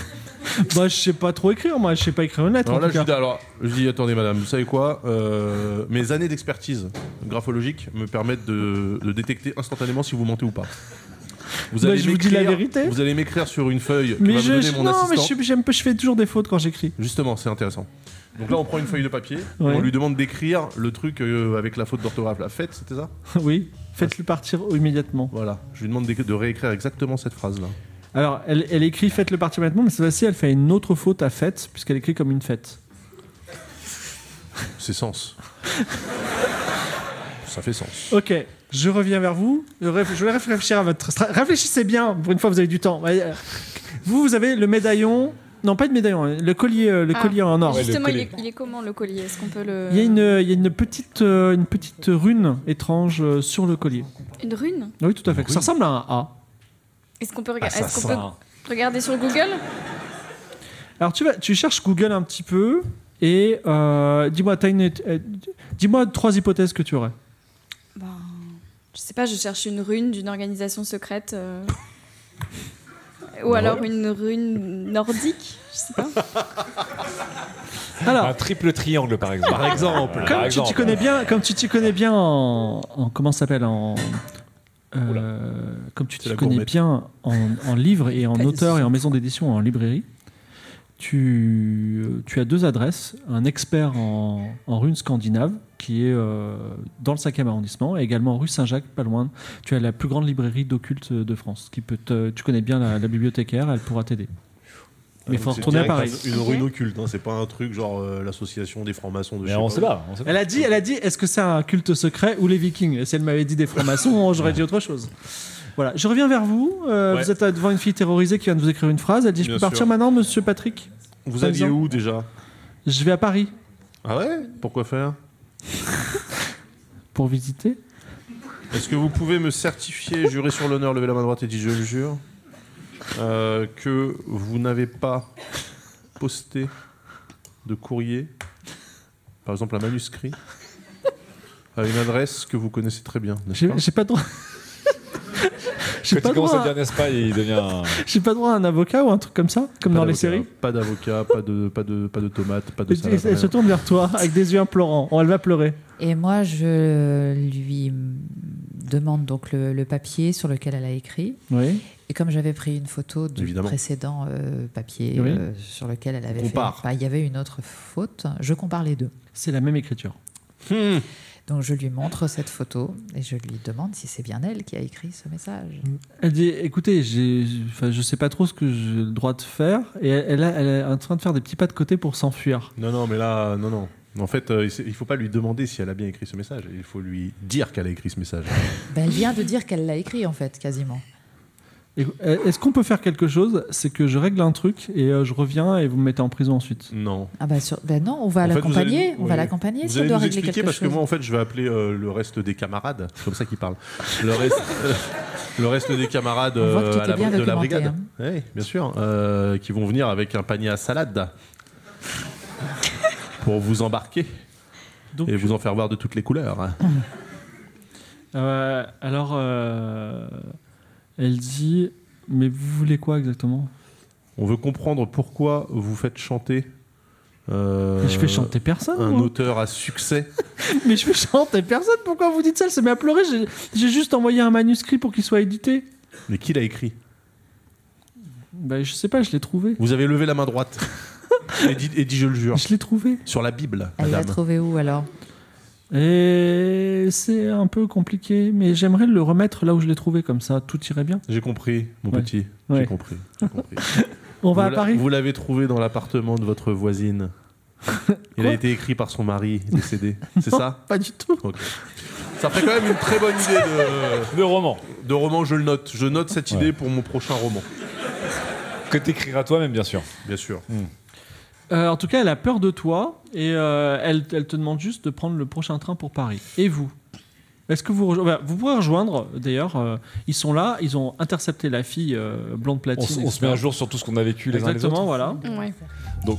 Moi je sais pas trop écrire, moi je sais pas écrire une lettre. Alors en là, tout je cas. dis, alors, je dis, attendez, madame, vous savez quoi Euh, Mes années d'expertise graphologique me permettent de, de détecter instantanément si vous mentez ou pas. Vous Bah, je vous dis la m'écrire- vérité. Vous allez m'écrire sur une feuille que mais va je, me je- donner mon non, assistant. mais je, suis- j'aime pas- je fais toujours des fautes quand j'écris. Justement, c'est intéressant. Donc là, on prend une feuille de papier, et Ouais. on lui demande d'écrire le truc euh, avec la faute d'orthographe, la fête, c'était ça oui, faites-le partir immédiatement. Voilà. Je lui demande d'éc- de réécrire exactement cette phrase-là. Alors, elle, elle écrit Faites le partir maintenant, mais cette fois-ci, elle fait une autre faute à fête, puisqu'elle écrit comme une fête. C'est sens. ça fait sens. Ok, je reviens vers vous. Je réf- je vais réfléchir à votre. stra- Réfléchissez bien, pour une fois, vous avez du temps. Ouais, euh, Vous, vous avez le médaillon. Non, pas de médaillon, hein, le collier, euh, le Ah. collier en or. Ouais, le Justement, il collier. est, il est comment le collier Est-ce qu'on peut le. Il y a une, il y a une petite, euh, une petite rune étrange euh, sur le collier. Ah Une rune Oui, tout à fait. Ça ressemble à un A. Est-ce qu'on peut, Ah, rega- ça est-ce qu'on sent, peut hein. regarder sur Google Alors tu vas, tu cherches Google un petit peu et euh, dis-moi, t'as une, euh, dis-moi trois hypothèses que tu aurais. Ben, Je sais pas, je cherche une rune d'une organisation secrète. euh, Ou alors une rune nordique Je sais pas. Alors, Un triple triangle, par exemple. Par exemple. Par comme tu exemple. hein. t'y connais bien, comme tu t'y connais bien en, en- comment ça s'appelle en euh, comme tu C'est t'y la connais gourmette. bien en, en livre et en Pas auteur du et en maison d'édition en librairie, tu, euh, tu as deux adresses, un expert en, en runes scandinaves qui est euh, dans le 5e arrondissement et également rue Saint-Jacques, pas loin. Tu as la plus grande librairie d'occulte de France. Qui peut te- tu connais bien la, la bibliothécaire, elle pourra t'aider. Mais il faut Ah, C'est retourner à direct Paris. Une rune occulte, hein, c'est pas un truc genre euh, l'association des francs-maçons de Mais je sais on pas sait où. pas. on sait pas. Elle a dit, elle a dit, est-ce que c'est un culte secret ou les Vikings Et Si elle m'avait dit des francs-maçons, j'aurais dit autre chose. Voilà, je reviens vers vous. Euh, Ouais. Vous êtes devant une fille terrorisée qui vient de vous écrire une phrase. Elle dit, je Bien peux sûr. partir maintenant, monsieur Patrick Vous Par alliez exemple. où déjà Je vais à Paris Ah ouais Pourquoi faire pour visiter. Est-ce que vous pouvez me certifier, jurer sur l'honneur, lever la main droite et dire je le jure, euh, que vous n'avez pas posté de courrier, par exemple un manuscrit, à une adresse que vous connaissez très bien, n'est-ce J'ai pas j'ai pas droit. J'ai Quand pas, il commence droit à à- devenir Espagne, il devient. un- j'ai pas droit à un avocat ou un truc comme ça, comme Pas dans les d'avocat, séries. Pas d'avocat, pas de, pas, de, pas de tomates, pas de Et- et- salade. elle se tourne vers toi avec des yeux implorants. Oh, elle va pleurer. Et moi, je lui demande donc le, le papier sur lequel elle a écrit. Oui. Et comme j'avais pris une photo du Évidemment. précédent euh, papier Oui. euh, sur lequel elle avait Compare. fait, bah, il y avait une autre faute. Je compare les deux. C'est la même écriture. Hmm. Donc je lui montre cette photo et je lui demande si c'est bien elle qui a écrit ce message. Elle dit écoutez, j'ai, enfin, je sais pas trop ce que j'ai le droit de faire. Et elle, elle a- elle est en train de faire des petits pas de côté pour s'enfuir. Non, non, mais là, non, non. En fait, euh, il faut pas lui demander si elle a bien écrit ce message. Il faut lui dire qu'elle a écrit ce message. Bah, elle vient de dire qu'elle l'a écrit en fait, quasiment. Et- euh, Est-ce qu'on peut faire quelque chose C'est que je règle un truc et euh, je reviens et vous me mettez en prison ensuite. Non. Ah bah sur... bah non, on va En fait, l'accompagner. vous allez- on va ouais. l'accompagner Vous si elle allez doit nous régler expliquer quelque parce chose. que moi en fait je vais appeler euh, le reste des camarades, c'est comme ça qu'ils parlent. Le reste, le reste des camarades On voit que euh, tout à est la, bien de la documenté, brigade, hein. Oui, bien sûr, euh, qui vont venir avec un panier à salade pour vous embarquer Donc, et vous en faire voir de toutes les Ah. couleurs. euh, alors, euh, elle dit Mais vous voulez quoi exactement On veut comprendre pourquoi vous faites chanter. euh, Mais Je fais chanter personne. Un moi. auteur à succès. Mais je fais chanter personne. Pourquoi vous dites ça Elle se met à pleurer. J'ai- J'ai juste envoyé un manuscrit pour qu'il soit édité. Mais qui l'a écrit Bah, je sais pas, je l'ai trouvé. Vous avez levé la main droite. et, dit, et dit je le jure. Je l'ai trouvé. Sur la Bible, Elle l'a madame. trouvé où alors Et c'est un peu compliqué, mais j'aimerais le remettre là où je l'ai trouvé, comme ça tout irait bien. J'ai compris, mon Ouais. petit. Ouais. J'ai compris. j'ai compris. On va Vous à l'a- Paris Vous l'avez trouvé dans l'appartement de votre voisine. Il a été écrit par son mari décédé. C'est ça Pas du tout. Ok. Ça ferait quand même une très bonne idée de, Le roman. de roman, je le note. Je note cette idée pour mon prochain roman, Que t'écriras toi-même, bien sûr. bien sûr. Euh, en tout cas, elle a peur de toi et euh, elle, elle te demande juste de prendre le prochain train pour Paris. Et vous Est-ce que vous rejo- bah, Vous pourrez rejoindre, d'ailleurs, euh, ils sont là, ils ont intercepté la fille euh, blonde On, s- platine. on se met un jour sur tout ce qu'on a vécu les uns les Exactement, autres. voilà. Ouais. Donc,